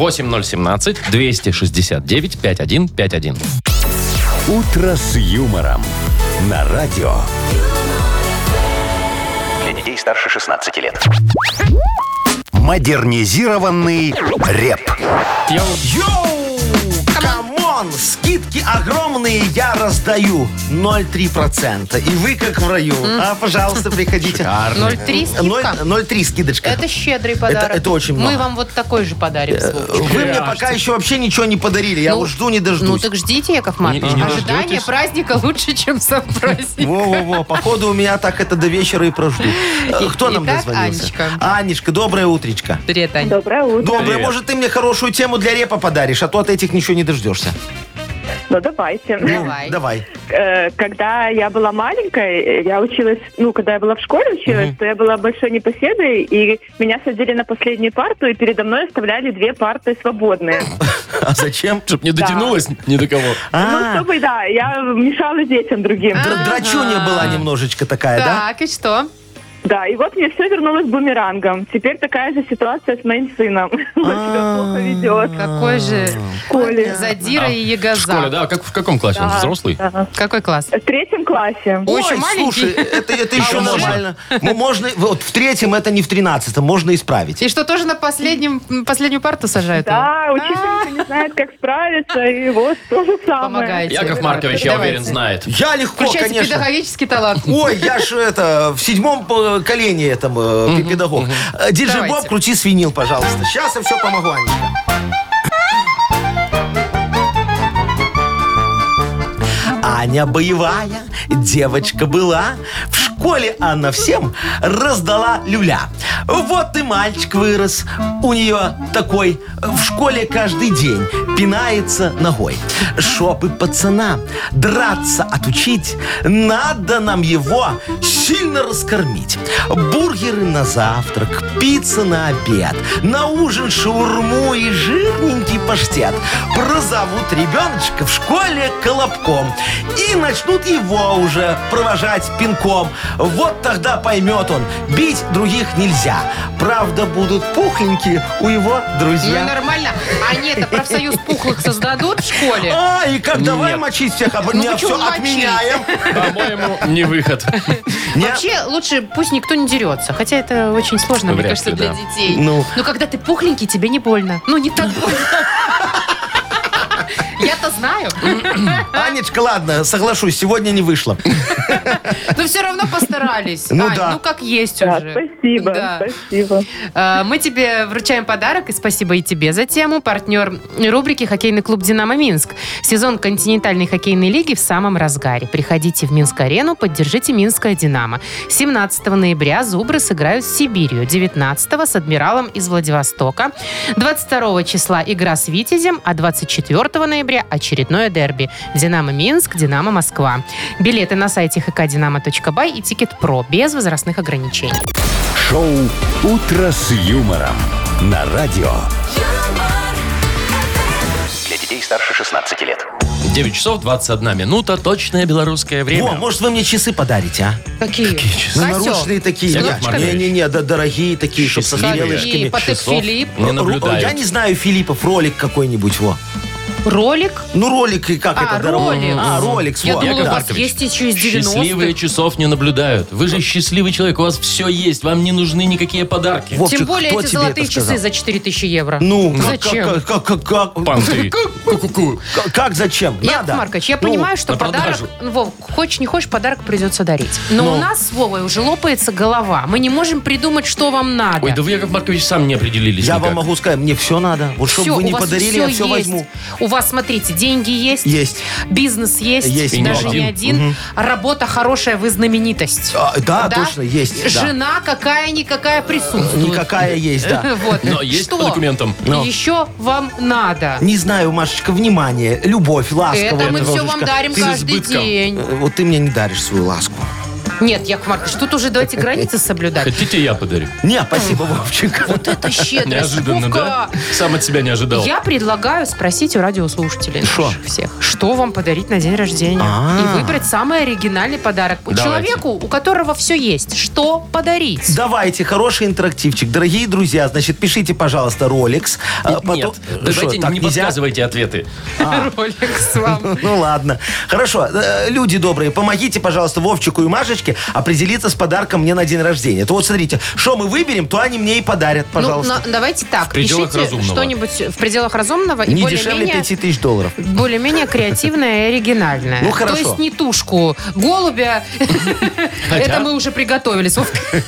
8017-269-5151. «Утро с юмором» на радио. Для детей старше 16 лет. Модернизированный реп. Йоу. ну, Йоу! Камон! Скидки огромные я раздаю. 0,3%. И вы как в раю. А, пожалуйста, приходите. 0,3 скидка. 0,3 скидочка. Это щедрый подарок. Э, это очень много. Мы вам вот такой же подарим. Вовчик. Вы мне пока еще вообще ничего не подарили. Я Ну, вот жду, не дождусь. Ну так ждите, Яков И- и не Маркович. Ожидание дождетесь. праздника лучше, чем сам праздник. Во-во-во, походу у меня так это до вечера и прожду. Э, Кто нам Итак, дозвонился? Анечка. Анечка, доброе утречко. Привет, Ань. Доброе утро. Доброе, Привет. может, ты мне хорошую тему для репа подаришь, а то от этих ничего не дождешься. Ну, давайте. Давай. Давай. Э, Когда я была маленькая, я училась, ну, когда я была в школе училась, то я была большой непоседой, и меня садили на последнюю парту, и передо мной оставляли две парты свободные. А зачем? Чтоб не дотянулось ни до кого. Ну, А, чтобы, да, я мешала детям другим. др- драчунья была немножечко такая, да? Так, и что? Да, и вот мне все вернулось бумерангом. Теперь такая же ситуация с моим сыном. Он себя плохо ведет. Какой же В школе. задира А, и В школе, ягоза. да? Как, в каком классе? Он взрослый? Какой класс? В третьем классе. Ой, еще Ой, маленький. слушай, А это, это еще уже? нормально. Ну, Можно, вот в третьем это не в тринадцатом, можно исправить. И что, тоже на последнем, м, последнюю парту сажают? его? Да, учительница не знает, как справиться, и вот то же самое. Помогаете. Яков Маркович, я Давайте. уверен, знает. Я легко, Включайте конечно. педагогический талант. Ой, я ж это, в седьмом э, колене этом э, педагог. Э, Диджей Давайте. Боб, крути свинил, пожалуйста. Сейчас я все помогу, Анечка. Аня боевая, девочка была. В школе она всем раздала люля. Вот и мальчик вырос. У нее такой в школе каждый день пинается ногой. Шопы пацана драться отучить, надо нам его сильно раскормить. Бургеры на завтрак, пицца на обед, на ужин шаурму и жирненький паштет. Прозовут ребеночка в школе колобком и начнут его уже провожать пинком. Вот тогда поймет он, бить других нельзя. Правда, будут пухленькие у его Ну и друзья. нормально. А нет, а профсоюз пухлых создадут в школе? А, и как давай Нет. мочить всех, об... Ну не, почему все мочить? отменяем. По-моему, не выход. Не, Вообще лучше пусть никто не дерется. Хотя это очень сложно, мне Вряд кажется, ли, для да. детей. Ну. Но когда ты пухленький, тебе не больно. Ну, не так больно. Я-то знаю. а? Анечка, ладно, соглашусь, сегодня не вышло. Но все равно постарались. Ну Ань, да. Ну, как есть Да, уже. спасибо, Да. спасибо. Э, Мы тебе вручаем подарок и спасибо и тебе за тему. Партнер рубрики «Хоккейный клуб «Динамо Минск». Сезон континентальной хоккейной лиги в самом разгаре. Приходите в Минск-арену, поддержите «Минское Динамо». 17 ноября «Зубры» сыграют с Сибирью. 19 с «Адмиралом» из Владивостока. 22 числа игра с «Витязем», а 24 ноября очередное дерби. «Динамо Минск», «Динамо Москва». Билеты на сайте hkdinamo.by и «Тикет Про» без возрастных ограничений. Шоу «Утро с юмором» на радио. юмор, Для детей детей старше 16 лет. 9 часов 21 минута, точное белорусское время. О, может, вы мне часы подарите, а? Какие? часы? Косёк. Наручные такие. Яков Маркович. Не-не-не, да, дорогие такие, чтобы со Счастливые. стрелочками. Ну, Какие? Потеп часов. Филипп. Не Ру- наблюдают. Я не знаю Филиппов, ролик какой-нибудь, во. Ролик? Ну, ролик и как А, это? дорого- роликс. А, роликс, Я во. думала, у Яков да. вас Маркович, есть еще из 90-х. Счастливые часов не наблюдают. Вы же счастливый человек, у вас все есть, вам не нужны никакие подарки. Вовчик, Тем более кто эти тебе золотые это сказал? часы за 4000 евро. Ну, как- Зачем? Как, как, как, как- Панты. как- как зачем? Яков Надо. Маркович, я Ну, понимаю, что на подарок, продажу. ну, Вов, хочешь не хочешь, подарок придется дарить. Но Ну. у нас с Вовой уже лопается голова. Мы не можем придумать, что вам надо. Ой, да вы, Яков Маркович, сам не определились Я никак. вам могу сказать, мне все надо. Вот чтобы Всё, вы не у вас подарили, я все всё есть. возьму. У вас, смотрите, деньги есть. Есть. Бизнес есть, Есть, и не даже не один. Работа хорошая, вы знаменитость. А, да, точно, есть, да. Жена какая-никакая присутствует. Никакая есть, да. Вот. Но есть Что по документам. Еще вам надо. Не знаю, Машечка, внимание, любовь, ласка. Это вот, мы все вам Вовочка. дарим ты с каждый избытком. день. Э, Вот ты мне не даришь свою ласку. Нет, Яков Маркович, тут уже давайте границы соблюдать. Хотите, я подарю? Не, спасибо, Вовчик. Вот это щедрость, Неожиданно, Вовка. да? Сам от себя не ожидал. Я предлагаю спросить у радиослушателей Шо? наших всех, что вам подарить на день рождения. А. И выбрать самый оригинальный подарок. Давайте. Человеку, у которого все есть, что подарить? Давайте, хороший интерактивчик. Дорогие друзья, значит, пишите, пожалуйста, роликс. а, Нет, потом- нет, Э, давайте шо, так не нельзя? подсказывайте ответы. Роликс вам. Ну ладно. Хорошо. Э, Люди добрые, помогите, пожалуйста, Вовчику и Машечке определиться с подарком мне на день рождения. То вот смотрите, что мы выберем, то они мне и подарят, Ну, пожалуйста. на- давайте так, пределах пишите разумного. что-нибудь в пределах разумного и Не дешевле более-менее 5 тысяч долларов. более-менее креативное и оригинальное. Ну, хорошо. То есть не тушку голубя. Хотя- Это мы уже приготовились. Вовка.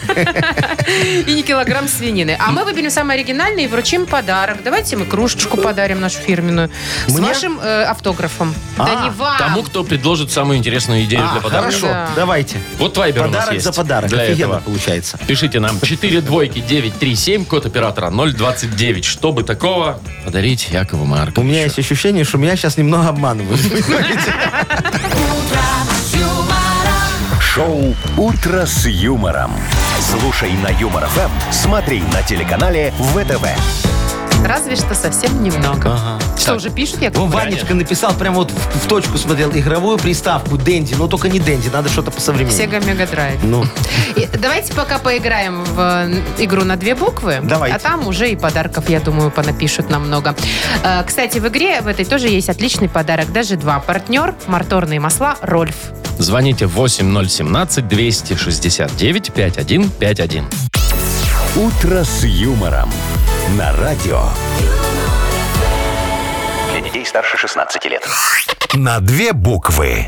И не килограмм свинины. А мы выберем самое оригинальное и вручим подарок. Давайте мы кружечку подарим нашу фирменную. С Мне? вашим э, автографом. Да не вам. Тому, кто предложит самую интересную идею А, для подарка. хорошо, Да. давайте. Вот Вайбер у нас Подарок есть. за подарок. Для Офигенно этого. получается. Пишите нам 4 двойки 937, код оператора 029. Что бы такого подарить Якову Марку? У меня есть ощущение, что меня сейчас немного обманывают. Шоу «Утро с юмором». Слушай на Юмор ФМ, смотри на телеканале ВТВ. Разве что совсем немного. Что, уже пишут? Я Вон говорю, Ванечка написал, прям вот в, в точку смотрел, игровую приставку Дэнди, но только не Дэнди, надо что-то посовременнее. Sega Mega Drive. Ну, И Давайте пока поиграем в э, игру на две буквы. Давайте. А там уже и подарков, я думаю, понапишут нам много. Э, Кстати, в игре в этой тоже есть отличный подарок. Даже два. Партнер, моторные масла, Рольф. Звоните 8017-269-5151. «Утро с юмором» на радио. Для детей старше 16 лет. На две буквы.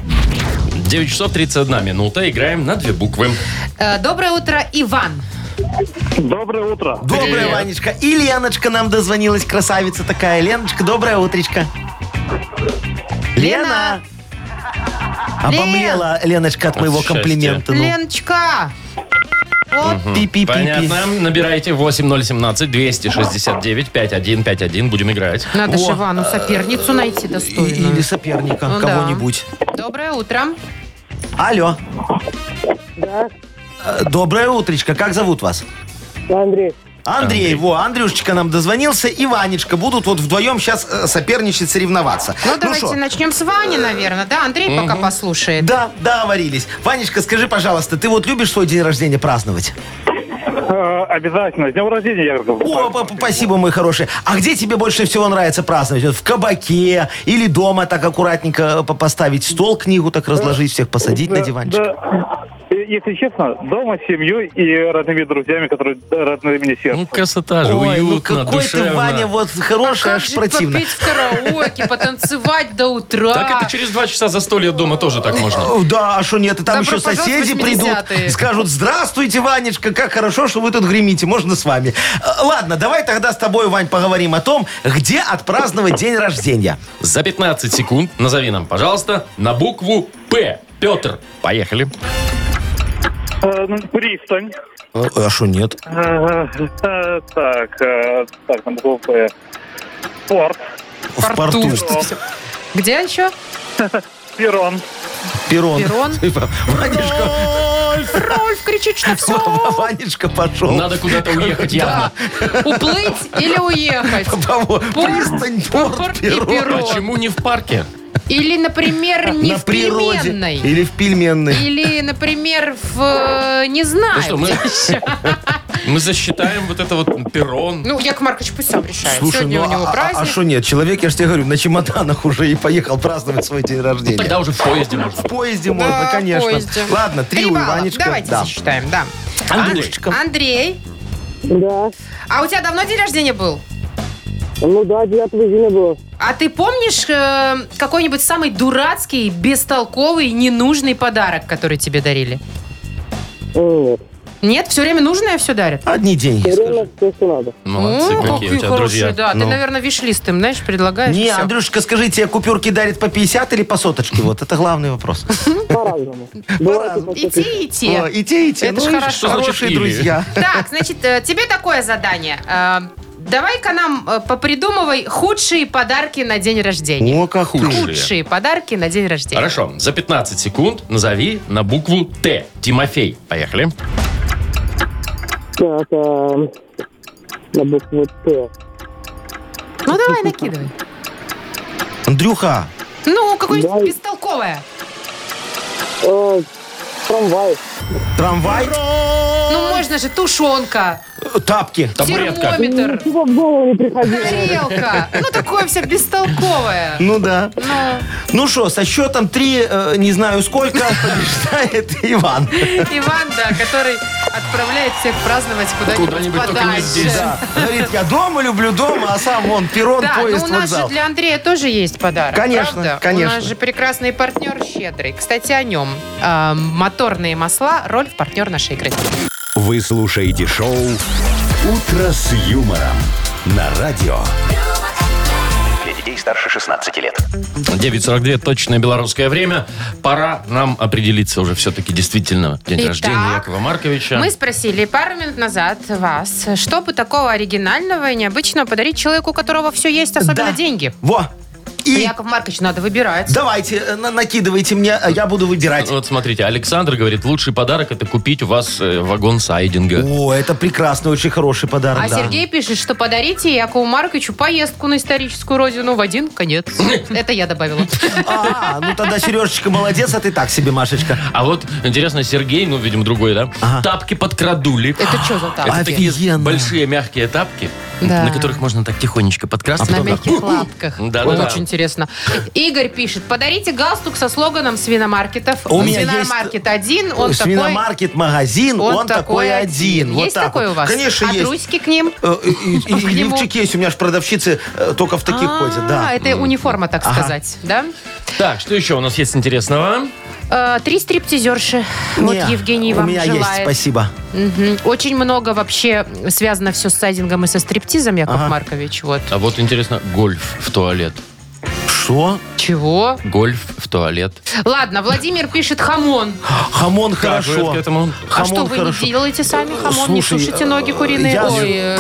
9 часов 31 минута. Играем на две буквы. Э, Доброе утро, Иван. Доброе утро. доброе, Привет. Ванечка. И Леночка нам дозвонилась, красавица такая. Леночка, доброе утречко. Лена! Обомлела Леночка от моего счастья. комплимента. ну. Леночка. Вот. Пи-пи-пи-пи. Понятно. Набирайте 8017-269-5151. Будем играть. Надо же О, Ивану соперницу найти И- достойную. Или Ну соперника, Ну да. кого-нибудь. Доброе утро. Алло. Э, Доброе утречко. Как зовут вас? Андрей, Андрей, во, Андрюшечка нам дозвонился, и Ванечка будут вот вдвоем сейчас соперничать, соревноваться. Ну, давайте шо? начнем с Вани, наверное, да? Андрей пока послушает. Да, договорились. Ванечка, скажи, пожалуйста, ты вот любишь свой день рождения праздновать? э, обязательно. С днем рождения, я О, п- п- спасибо, мой хороший. А где тебе больше всего нравится праздновать? Вот в кабаке или дома так аккуратненько п- поставить стол, книгу так разложить, всех посадить на диванчик? Если честно, дома с семьей и родными друзьями, которые родные мне сердце. Ну, красота же, Ой, ну уютно, какой душевно. ты, Ваня, вот хороший, А Как аж же противно. попеть в караоке, потанцевать до утра. Так это через два часа застолья дома тоже так можно. О, Да, а что нет? И там Добро еще пожаловать в соседи придут, 80-е. скажут, здравствуйте, Ванечка, как хорошо, что вы тут гремите, можно с вами. Э, Ладно, давай тогда с тобой, Вань, поговорим о том, где отпраздновать день рождения. За 15 секунд назови нам, пожалуйста, на букву «П». Петр, поехали. Э, ну, Пристань. Э, А что нет? Э, э, Так, э, так, там буква П. Порт, В порту. что всё. Где еще? Перрон. Перрон. Перрон. Ванечка, Рольф, Рольф кричит, что все. Ванечка пошел. Надо куда-то уехать явно. Уплыть или уехать? Кого? Порт, Пристань, порт порт, и перо. перо. Почему не в парке? Или, например, не На в природе. переменной. Или в пельменной. Или, например, в... э, Не знаю. Ну что, мы- где еще. Мы засчитаем вот это вот перрон. Ну, Яков Маркович пусть сам решает. Сегодня ну, у него а- а- а праздник. что нет? Человек, я же тебе говорю, на чемоданах уже и поехал праздновать свой день рождения. Тогда уже в поезде можно. В поезде Да, можно, в конечно. поезде. Ладно, три, у балла. Иванечка. Давайте да. сосчитаем, да. Андрюшечка. Андрей, Да. а у тебя давно день рождения был? Ну да, 9 июня было. А ты помнишь э, какой-нибудь самый дурацкий, бестолковый, ненужный подарок, который тебе дарили? Нет. Нет, все время нужное все дарят. Одни деньги. скажи. все, что надо. Молодцы О, какие у тебя хорошие, друзья. да. Ты, Ну. наверное, вишлист им, знаешь, предлагаешь. Не, Э, всё. Андрюшечка, скажи, тебе купюрки дарит по 50 или по соточке? Вот это главный вопрос. По-разному. По-разному. И те, и те. О, И те, и те. Это Ну, ж и хорошо. Что значит Хорошие или? друзья. Так, значит, э, тебе такое задание. Э, Давай-ка нам э, попридумывай худшие подарки на день рождения. О, как Худшие. хуже. Худшие подарки на день рождения. Хорошо, за 15 секунд назови на букву Т. Тимофей. Поехали. Так, а, на букву Т. Ну, давай, накидывай. Андрюха, Ну, какое-нибудь Давай. бестолковое. Э, Трамвай. трамвай, Ну, можно же тушенка, э, тапки. Табуретка. термометр, Ну, Ничего в голову не приходило. тарелка. Ну, такое все бестолковое. Ну да. Ну что, со счетом 3, не знаю сколько, побеждает Иван. Иван, да, который отправляет всех праздновать куда-нибудь, Куда-нибудь, только не подальше. здесь. Да. Говорит, я дома люблю дома, а сам вон перрон, Да, но поезд, у нас вокзал. же для Андрея тоже есть подарок. Конечно, правда? конечно. У нас же прекрасный партнер «Щедрый». Кстати, о нем. Э, моторные масла, роль в партнер нашей игры. Вы слушаете шоу «Утро с юмором» на радио. Для детей старше 16 лет. 9.42, точное белорусское время. Пора нам определиться уже все-таки действительно. День Итак, рождения Якова Марковича. Мы спросили пару минут назад вас, что бы такого оригинального и необычного подарить человеку, у которого все есть, особенно Да. деньги. Ну, Во. И Яков Маркович, надо выбирать. давайте, э, на- накидывайте мне, а я буду выбирать. Вот смотрите, Александр говорит, лучший подарок это купить у вас э, вагон сайдинга. О, это прекрасный, очень хороший подарок. А да. Сергей пишет, что подарите Якову Марковичу поездку на историческую родину в один конец. Это я добавила. А, ну тогда Сережечка молодец, а ты так себе, Машечка. А вот, интересно, Сергей, ну, видимо, другой, да? Тапки подкрадули. Это что за Это тапки? такие Офигенно. большие мягкие тапки, Да. на которых можно так тихонечко А подкрасться. На мягких лапках. Да, Ой, да, да. Очень интересно. Игорь пишет, подарите галстук со слоганом свиномаркетов. У меня есть- Свиномаркет один, он такой... Свиномаркет, магазин, он, такой один. Вот Есть так такой вот. у вас? Конечно, а есть. трусики к ним? Э, И, и- и К нему. лифчик есть, у меня же продавщицы э, только в таких А, ходят, да. это униформа, так Ага. сказать, да? Так, что еще у нас есть интересного? Э, Три стриптизерши. Вот Не, Евгений У вам меня есть, желает. спасибо. Мгм. Очень много вообще связано все с сайдингом и со стриптизом, Яков Ага. Маркович. Вот. А вот интересно, гольф в туалет. Что? Чего? Гольф в туалет. Ладно, Владимир пишет хамон. Хамон Как вы хорошо. к этому? а что вы хорошо. не делаете сами хамон? не Слушай, сушите э, ноги куриные? я- Ой, э,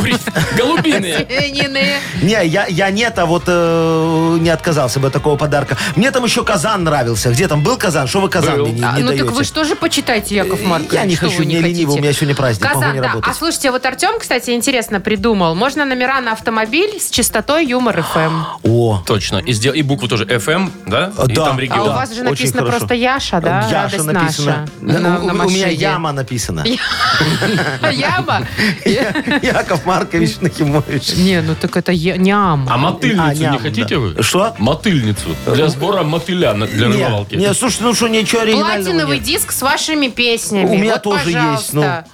Голубиные. свининые. Не, я, я нет, а вот э, не отказался бы от такого подарка. Мне там еще казан нравился. Где там был казан? Что вы казан Был. мне не, А, не ну так даете? вы же тоже почитайте, Яков Маркович. я не что хочу, вы мне лениво, у хотите. меня сегодня праздник, могу Казан, не да. работать. А слушайте, вот Артем, кстати, интересно придумал. Можно номера на автомобиль с частотой юмор Эм. ФМ. О, Точно. И, сдел- и букву тоже FM, да? А, И да. там регион. А у Да, вас же очень написано хорошо. просто Яша, да? Яша Радость написано. наша. Да, На- у- на у меня машине. яма написана. Яма? Яков Маркович Нахимович. Не, ну так это я- няма. А А, Э, мотыльницу ням, не да. хотите вы? Что? Мотыльницу. Для сбора мотыля на- для рыбалки. Не, слушай, ну что, ничего оригинального Платиновый нет. диск с вашими песнями. У меня Вот, тоже есть, ну. пожалуйста.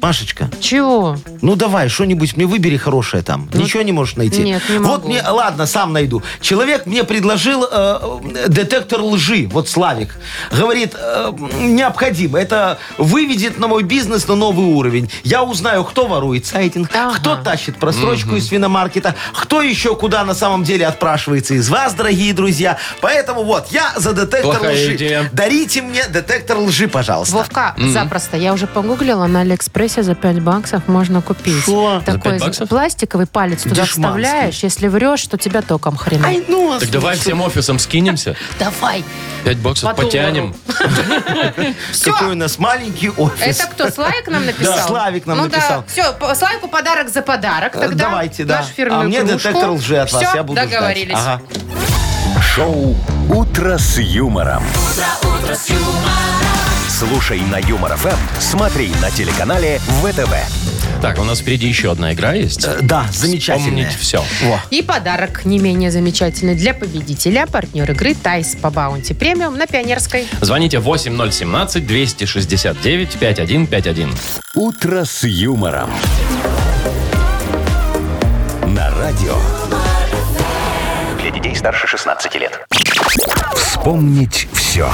Машечка, Чего? ну давай, что-нибудь мне выбери хорошее там. Ничего не можешь найти. Ну, нет, не вот могу. мне, ладно, сам найду. Человек мне предложил э, э, детектор лжи, вот Славик. Говорит, э, необходимо. Это выведет на мой бизнес на новый уровень. Я узнаю, кто ворует сайтинг, Ага. кто тащит просрочку из свиномаркета, кто еще куда на самом деле отпрашивается из вас, дорогие друзья. Поэтому вот, я за детектор Плохая лжи. идея. Дарите мне детектор лжи, пожалуйста. Вовка, запросто. Я уже погуглила на Вася за 5 баксов можно купить. Шо? За Такой 5 баксов? пластиковый палец туда Дешманский. вставляешь, если врешь, то тебя током хрена. Ай, ну вас Так давай слушай, всем офисом скинемся, Давай. 5 баксов По доллару. потянем. Все. Какой у нас маленький офис. Это кто, Славик нам написал? Да, Славик нам ну, написал. Да. Все, Славику подарок за подарок Э, тогда. Давайте, да. Нашу фирменную а мне кружку. детектор лжи от вас, Всё, я буду ждать. договорились. Ага. Шоу «Утро с юмором». Слушай на Юмор ФМ, смотри на телеканале ВТВ. Так, у нас впереди еще одна игра есть. Э, Да, замечательно. Помните все. И подарок не менее замечательный для победителя, партнер игры Тайс по Баунти Премиум на Пионерской. Звоните 8017-269-5151. «Утро с юмором». На радио Для детей старше 16 лет. «Вспомнить все».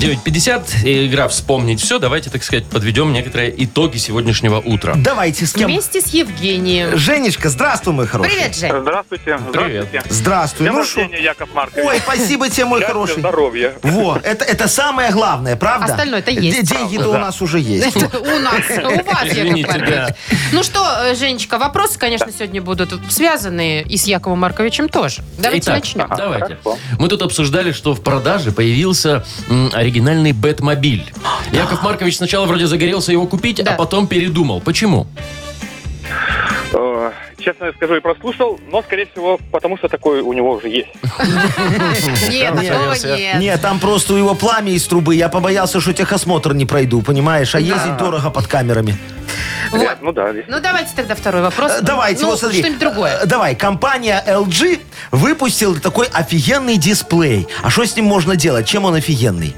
9.50. И Игра «Вспомнить все». Давайте, так сказать, подведем некоторые итоги сегодняшнего утра. Давайте с кем? Вместе с Евгением. Женечка, здравствуй, мой хороший. Привет, Жень. Здравствуйте. Привет. Здравствуйте. Здравствуй. Днем ну шо? рождения, Яков Маркович. Ой, спасибо тебе, мой Счастья, хороший. здоровья. Во, это, это самое главное, правда? Остальное-то есть. Де- Деньги-то у нас уже есть. Это у нас, у вас, Извините, Яков Маркович. Ну что, э, Женечка, вопросы, конечно, сегодня будут связаны и с Яковом Марковичем тоже. Давайте Итак, начнем. Давайте. Мы тут обсуждали, что в продаже появился м, оригинальный Бэтмобиль. Яков Маркович сначала вроде загорелся его купить, Да. а потом передумал. Почему? Э, Честно скажу, и прослушал, но, скорее всего, потому что такой у него уже есть. Нет, такого нет. Нет, там просто у его пламя из трубы. Я побоялся, что техосмотр не пройду, понимаешь? А ездить дорого под камерами. Вот. Ну да, Ну давайте тогда второй вопрос. Э, Давайте, ну, вот смотри. Что-нибудь другое. Э, Давай, компания LG выпустила такой офигенный дисплей. А что с ним можно делать? Чем он офигенный?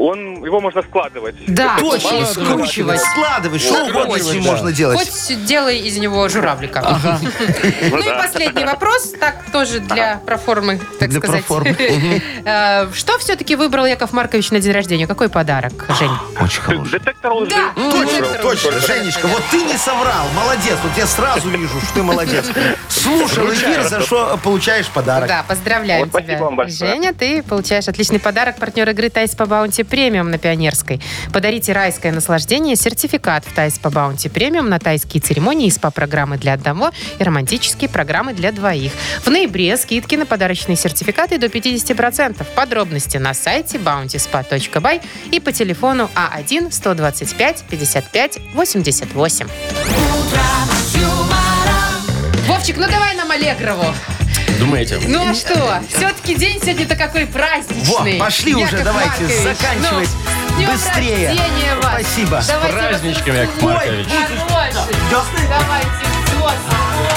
он, его можно складывать. Да, Точно, точно, скручивать, скручивать. складывать, что угодно с ним можно делать. Хоть делай из него журавлика. Ну и последний вопрос, так тоже для проформы, так Для сказать. проформы. Э, Что все-таки выбрал Яков Маркович на день рождения? Какой подарок, Жень? Очень хороший. Детектор лжи. Да, Точно, точно. Женечка, вот ты не соврал. Молодец. Вот я сразу вижу, что ты молодец. Слушал эфир, за что э, получаешь подарок. Да, поздравляем Вот, спасибо тебя. вам большое. Женя, ты получаешь отличный подарок. Партнер игры «Тайс по баунти премиум» на Пионерской. Подарите райское наслаждение, сертификат в «Тайс по баунти премиум» на тайские церемонии и СПА-программы для одного и романтические программы для двоих. В ноябре скидки на подарочные сертификаты до 50%. Подробности на сайте bountyspa.by и по телефону А А1-125-55-88. Вовчик, ну давай нам Аллегрову. Думаете? Ну а что? Все-таки день сегодня-то какой праздничный. Во, пошли уже, давайте, заканчивать. Ну, с днем Быстрее. рождения вас. Спасибо. С Давайте вас праздничком, Яков поцелуем. Маркович. Хороший. Да. Давайте, всё,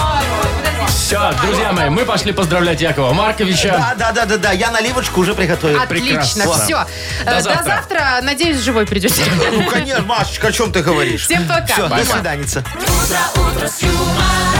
ой, подожди. Все, друзья мои, мы пошли поздравлять Якова Марковича. Да, да, да, да, да. Я наливочку уже приготовил. Отлично, прекрасно. все. До До завтра. завтра, надеюсь, живой придете. Ну, конечно, Машечка, о чем ты говоришь? Всем пока. Все, до Пока. свиданица. утро с юмором.